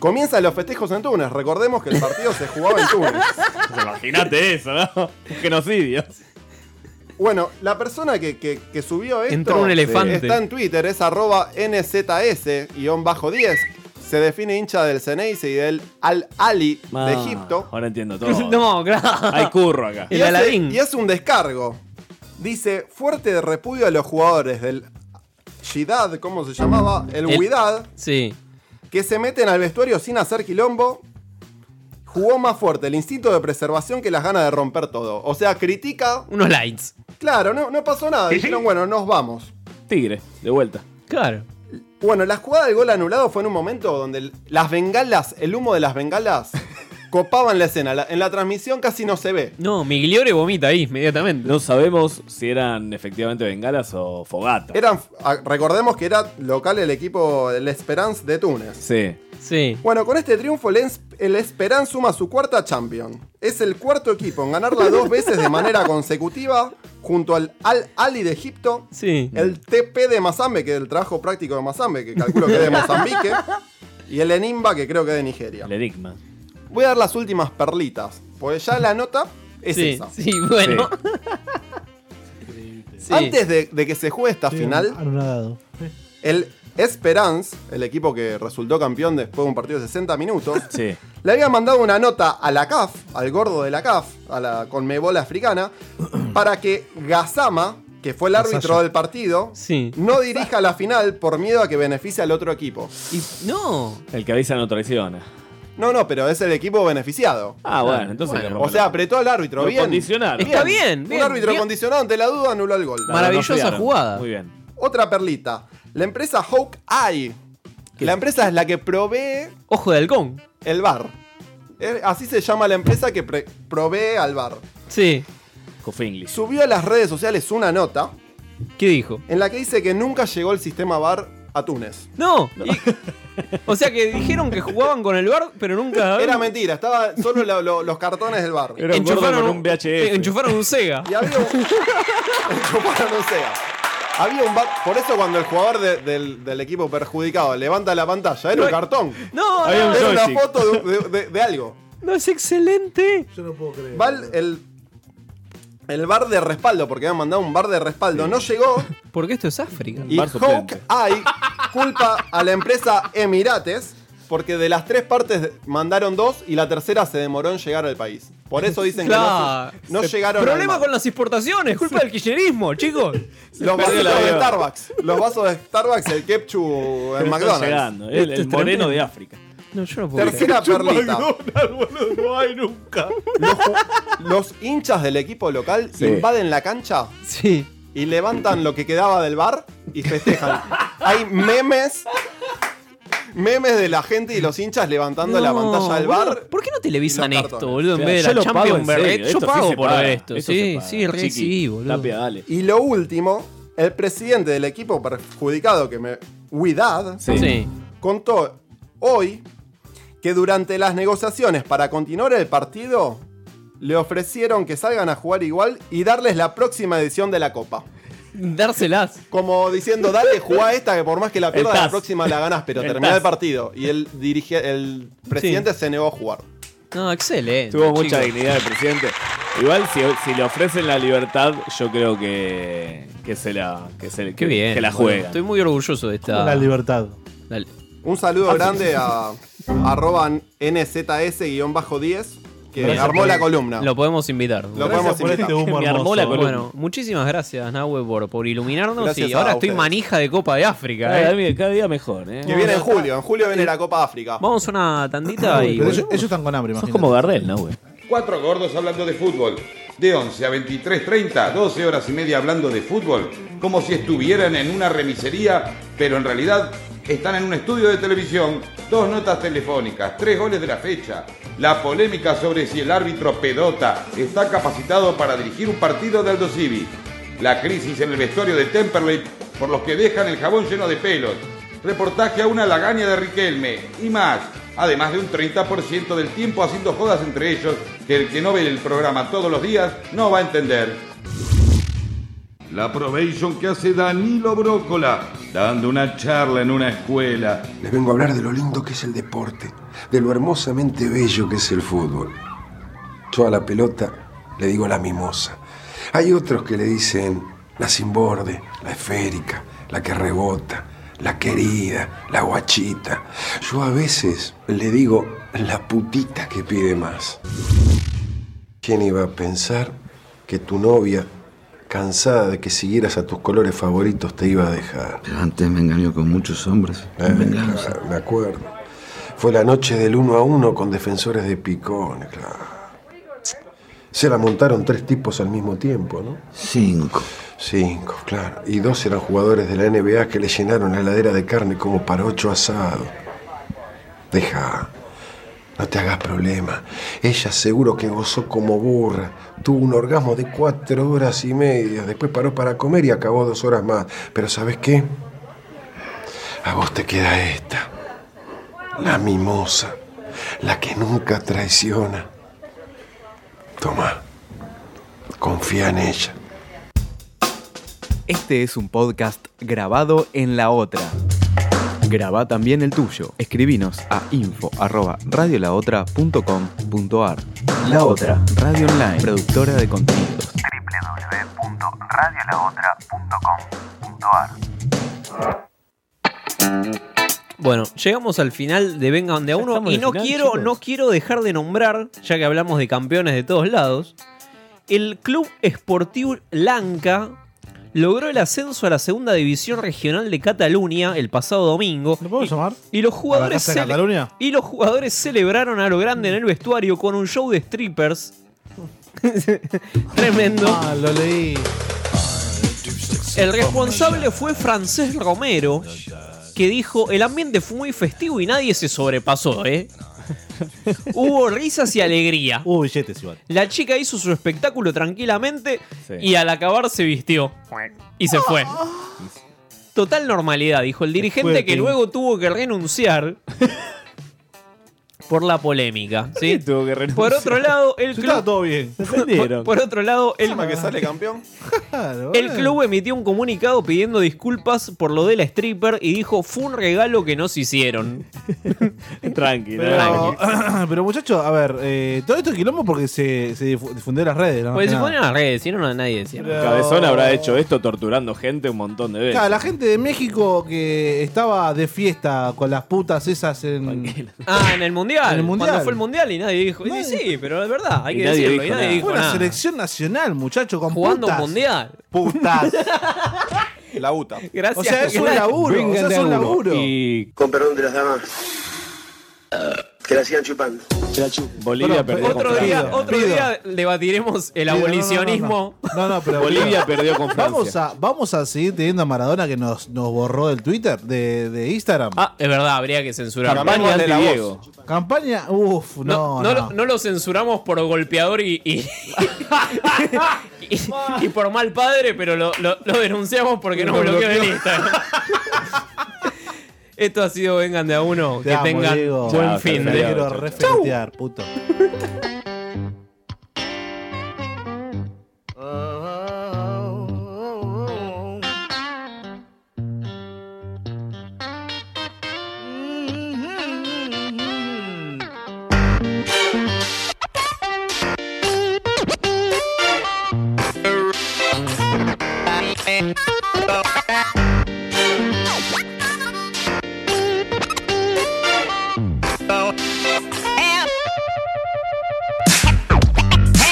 I: Comienzan los festejos en Túnez. Recordemos que el partido se jugaba en Túnez.
G: Imagínate eso, ¿no? Un genocidio.
I: Bueno, la persona que, que- que subió esto
G: Entró un elefante.
I: está en Twitter, es arroba nzs-10. Se define hincha del Ceneice y del Al-Ali de
G: Ah,
I: Egipto.
G: Ahora entiendo todo.
F: No, claro.
G: Hay curro acá.
I: Y hace- y hace un descargo. Dice, fuerte repudio a los jugadores del Shidad, ¿cómo se llamaba? El
F: El-
I: Huidad,
F: Sí.
I: que se meten al vestuario sin hacer quilombo. Jugó más fuerte el instinto de preservación que las ganas de romper todo. O sea, critica...
F: Unos lights.
I: Claro, no, no pasó nada. Dijeron, bueno, nos vamos.
G: Tigre, de vuelta.
F: Claro.
I: Bueno, la jugada del gol anulado fue en un momento donde el- las bengalas, el humo de las bengalas, copaban la escena. La- en la transmisión casi no se ve.
F: No, Migliore vomita ahí inmediatamente.
G: No sabemos si eran efectivamente bengalas o fogata.
I: Eran, a- recordemos que era local el equipo del Esperance de Túnez.
G: Sí.
F: Sí.
I: Bueno, con este triunfo el, Ens- el Esperance suma su cuarta Champion. Es el cuarto equipo en ganarla dos veces de manera consecutiva junto al Al Ali de Egipto,
F: Sí.
I: el TP de Mazambe, que es el trabajo práctico de Mazambe, que calculo que es de Mozambique, y el Enimba, que creo que es de Nigeria.
G: El enigma.
I: Voy a dar las últimas perlitas, porque ya la nota es
F: Sí,
I: esa.
F: sí, bueno.
I: Sí. Antes de, de que se juegue esta final,
H: Anulado.
I: El Esperance, el equipo que resultó campeón después de un partido de 60 minutos,
G: Sí.
I: le había mandado una nota a la CAF, al gordo de la CAF, a la conmebola africana, para que Gazama, que fue el árbitro
F: Gasalla.
I: del partido,
F: Sí.
I: no dirija la final por miedo a que beneficie al otro equipo.
F: No.
G: El que avisa no traiciona.
I: No, no, pero es el equipo beneficiado.
G: Ah, bueno, entonces le rompe
I: O sea, apretó al árbitro,
G: Lo
I: bien.
G: condicionaron.
F: Está bien, bien,
I: Un árbitro
F: bien.
I: condicionado ante la duda anuló el gol.
G: No, no, Maravillosa no fiaron. jugada. Muy bien.
I: Otra perlita. La empresa Hawk Eye. La empresa es la que provee.
F: Ojo de halcón.
I: El bar. Eh, Así se llama la empresa que pre- provee al bar.
F: Sí.
G: Cofingley.
I: Subió a las redes sociales una nota.
F: ¿Qué dijo?
I: En la que dice que nunca llegó el sistema bar a Túnez.
F: No. y- o sea que dijeron que jugaban con el bar, pero nunca.
I: Era mentira, estaba solo lo- lo- los cartones del bar.
F: enchufaron eh, Enchufaron un Sega.
I: Y había un. enchufaron un Sega. Había un bar. Por eso, cuando el jugador de- del, del equipo perjudicado levanta la pantalla, era un cartón.
F: No,
I: Había
F: no,
I: un
F: no.
I: era una foto de, de- de- de algo.
F: No es excelente.
H: Yo no puedo creer.
I: Va el, el, el bar de respaldo, porque habían mandado un bar de respaldo. No llegó.
F: Porque esto es África.
I: Y Hawk Eye culpa a la empresa Emirates porque de las tres partes de- mandaron dos y la tercera se demoró en llegar al país. Por eso dicen
F: Claro.
I: que no, se- no
F: Se-
I: llegaron al
F: Problema
I: mar.
F: con las exportaciones, culpa del kirchnerismo, chicos.
I: Los vasos de Starbucks. Los vasos de Starbucks, el ketchup en
G: Pero están
I: McDonald's.
G: llegando, el- el
I: Esto es
G: moreno
I: tremendo.
G: de África.
F: No, yo no puedo.
I: Tercera
F: creer.
I: perlita.
G: No hay nunca.
I: Los hinchas del equipo local
G: Sí.
I: invaden la cancha
F: Sí.
I: y levantan lo que quedaba del bar y festejan. Hay memes. Memes de la gente y los hinchas levantando la
F: No,
I: pantalla del
F: boludo,
I: bar.
F: ¿Por qué no televisan
I: los
F: esto,
I: cartones.
F: boludo? En
G: Claro,
F: vez
G: yo
F: de la
G: lo pago
F: Champions
G: en
F: Berret?
G: serio,
F: Yo
G: esto sí
F: pago
G: se
F: por
G: paga,
F: esto.
G: esto se
F: Sí,
G: paga,
F: sí, re
G: chiqui.
F: sí, boludo.
G: Tapia, dale.
I: Y lo último, el presidente del equipo perjudicado, que me. Huidad,
F: Sí. Sí.
I: contó hoy que durante las negociaciones para continuar el partido, le ofrecieron que salgan a jugar igual y darles la próxima edición de la Copa.
F: Dárselas.
I: Como diciendo, dale, jugá esta que por más que la pierdas,
F: El
I: la
F: TAS.
I: próxima la ganás, pero
F: El
I: terminá
F: TAS.
I: el partido. Y el, dirige, el presidente se negó a jugar.
F: No, excelente.
G: Tuvo mucha
F: chicos.
G: dignidad el presidente. Igual si, si le ofrecen la libertad, yo creo que, que se la que se,
F: Qué bien.
G: que la
F: boludo.
G: juega.
F: Estoy muy orgulloso de esta.
G: La
H: libertad.
F: Dale.
I: Un saludo
F: Ah, sí.
I: grande a arroba nzs-10 que
F: Gracias
I: armó
F: por-
I: la columna.
F: Lo podemos invitar.
I: Lo podemos por invitar. este humo
F: Me armó
I: hermoso.
F: la columna.
I: Bueno,
F: Bueno, muchísimas gracias, Nahue, por, por iluminarnos.
I: Gracias
F: y
I: a
F: ahora estoy
I: ustedes.
F: manija de Copa de África.
G: Cada
F: eh.
G: día- cada día mejor, ¿eh?
I: Que viene en julio. En julio viene la Copa África.
F: Vamos a una tandita y.
H: Pero
F: volvemos.
H: ellos, ellos están con hambre, imagínate.
G: como Gardel, ¿no, güey?
L: Cuatro gordos hablando de fútbol. De 11 a 23.30, 12 horas y media hablando de fútbol. Como si estuvieran en una remisería, pero en realidad están en un estudio de televisión. Dos notas telefónicas, tres goles de la fecha. La polémica sobre si el árbitro Pedota está capacitado para dirigir un partido de Aldo Civi. La crisis en el vestuario de Temperley por los que dejan el jabón lleno de pelos. Reportaje a una lagaña de Riquelme y más. Además de un 30% del tiempo haciendo jodas entre ellos que el que no ve el programa todos los días no va a entender. La probation que hace Danilo Brócola, dando una charla en una escuela.
M: Les vengo a hablar de lo lindo que es el deporte, de lo hermosamente bello que es el fútbol. Yo a la pelota le digo la mimosa. Hay otros que le dicen la sin borde, la esférica, la que rebota, la querida, la guachita. Yo a veces le digo la putita que pide más. ¿Quién iba a pensar que tu novia, cansada de que siguieras a tus colores favoritos, te iba a dejar?
O: Antes me engañó con muchos hombres.
M: Eh, claro, me acuerdo. Fue la noche del 1 a 1 con defensores de picones, claro. Se la montaron tres tipos al mismo tiempo, ¿no? Cinco. Cinco, claro. Y dos eran jugadores de la NBA que le llenaron la heladera de carne como para ocho asados. Deja. No te hagas problema. Ella seguro que gozó como burra. Tuvo un orgasmo de cuatro horas y media. Después paró para comer y acabó dos horas más. Pero ¿sabes qué? A vos te queda esta. La mimosa. La que nunca traiciona. Toma. Confía en ella.
W: Este es un podcast grabado en la otra. Graba también el tuyo. Escribinos a info arroba radiolaotra.com.ar. La Otra, Radio Online, productora de contenidos.
Y: www.radiolaotra.com.ar
F: Bueno, llegamos al final de Vengan de a uno
Y: estamos
F: y
Y: al
F: no
Y: final,
F: quiero,
Y: chicos.
F: no quiero dejar de nombrar, ya que hablamos de campeones de todos lados, el Club Esportiu Lanca logró el ascenso a la segunda división regional de Cataluña el pasado domingo. ¿Lo
H: puedo llamar?
F: Y los jugadores
H: casa de
F: cele-
H: Cataluña?
F: y los jugadores celebraron a lo grande en el vestuario con un show de strippers. Tremendo.
H: Ah, lo leí.
F: El responsable fue Francés Romero, que dijo, el ambiente fue muy festivo y nadie se sobrepasó, ¿eh? Hubo risas y alegría.
H: Hubo billetes igual.
F: La chica hizo su espectáculo tranquilamente y al acabar se vistió. Y se fue.
H: Ah.
F: Total normalidad, Ah. dijo el dirigente que
Y: Después,
F: luego tuvo que renunciar por la polémica. ¿sí? Por otro lado, el
H: Sí,
F: club...
H: estaba todo bien.
F: por, por otro lado, el...
I: que sale campeón?
F: El club emitió un comunicado pidiendo disculpas por lo de la stripper y dijo fue un regalo que nos hicieron.
G: Tranqui,
H: Pero, pero muchachos, a ver, eh, todo esto es quilombo porque se, se difu- difundió en las redes, ¿no?
F: Pues
H: Que
F: se
H: nada.
F: ponen las redes, si no, no, nadie decía.
H: Pero-
G: Cabezón habrá hecho esto torturando gente un montón de veces.
H: Claro, la gente de México que estaba de fiesta con las putas esas en.
F: Ah, en el mundial.
H: En el Mundial.
F: Cuando fue el mundial y nadie dijo. y sí, pero es verdad, hay que decirlo. y nadie dijo
H: Fue una
F: nada.
H: selección nacional, muchachos, con
F: Jugando un
H: putas.
F: mundial.
H: Putas.
I: La UTA.
F: Gracias.
H: O sea, es un laburo. O sea, es un laburo.
Z: Con perdón de las damas. que la sigan chupando.
G: Bolivia perdió
F: otro
G: con
F: día,
G: Francia.
F: otro
G: Pido.
F: día debatiremos el
H: Pido, no, no, no,
F: abolicionismo.
H: No, no, pero.
G: Bolivia perdió con Francia.
H: Vamos a, vamos a seguir teniendo a Maradona que nos, nos borró del Twitter, de, de Instagram.
F: Es verdad, habría que censurarlo.
H: Campaña, uff, no.
F: No,
H: no.
F: lo- no lo censuramos por golpeador y, y- y- y por mal padre, pero lo, lo- lo denunciamos porque nos
Y: Lo
F: bloqueó en
Y: bloqueó.
F: Instagram. Esto ha sido Vengan de a uno.
H: Te
F: que
H: amo,
F: tengan
H: Diego.
F: buen
H: Chao,
F: fin
H: te
F: de.
H: quiero
F: Chau.
H: referenciar, puto.
Y: Oh, oh, oh, oh.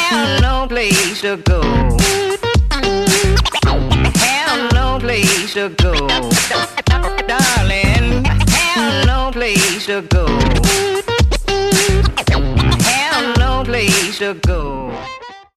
B: to go. Have no place to go. Darling, have no place to go. Have no place to go.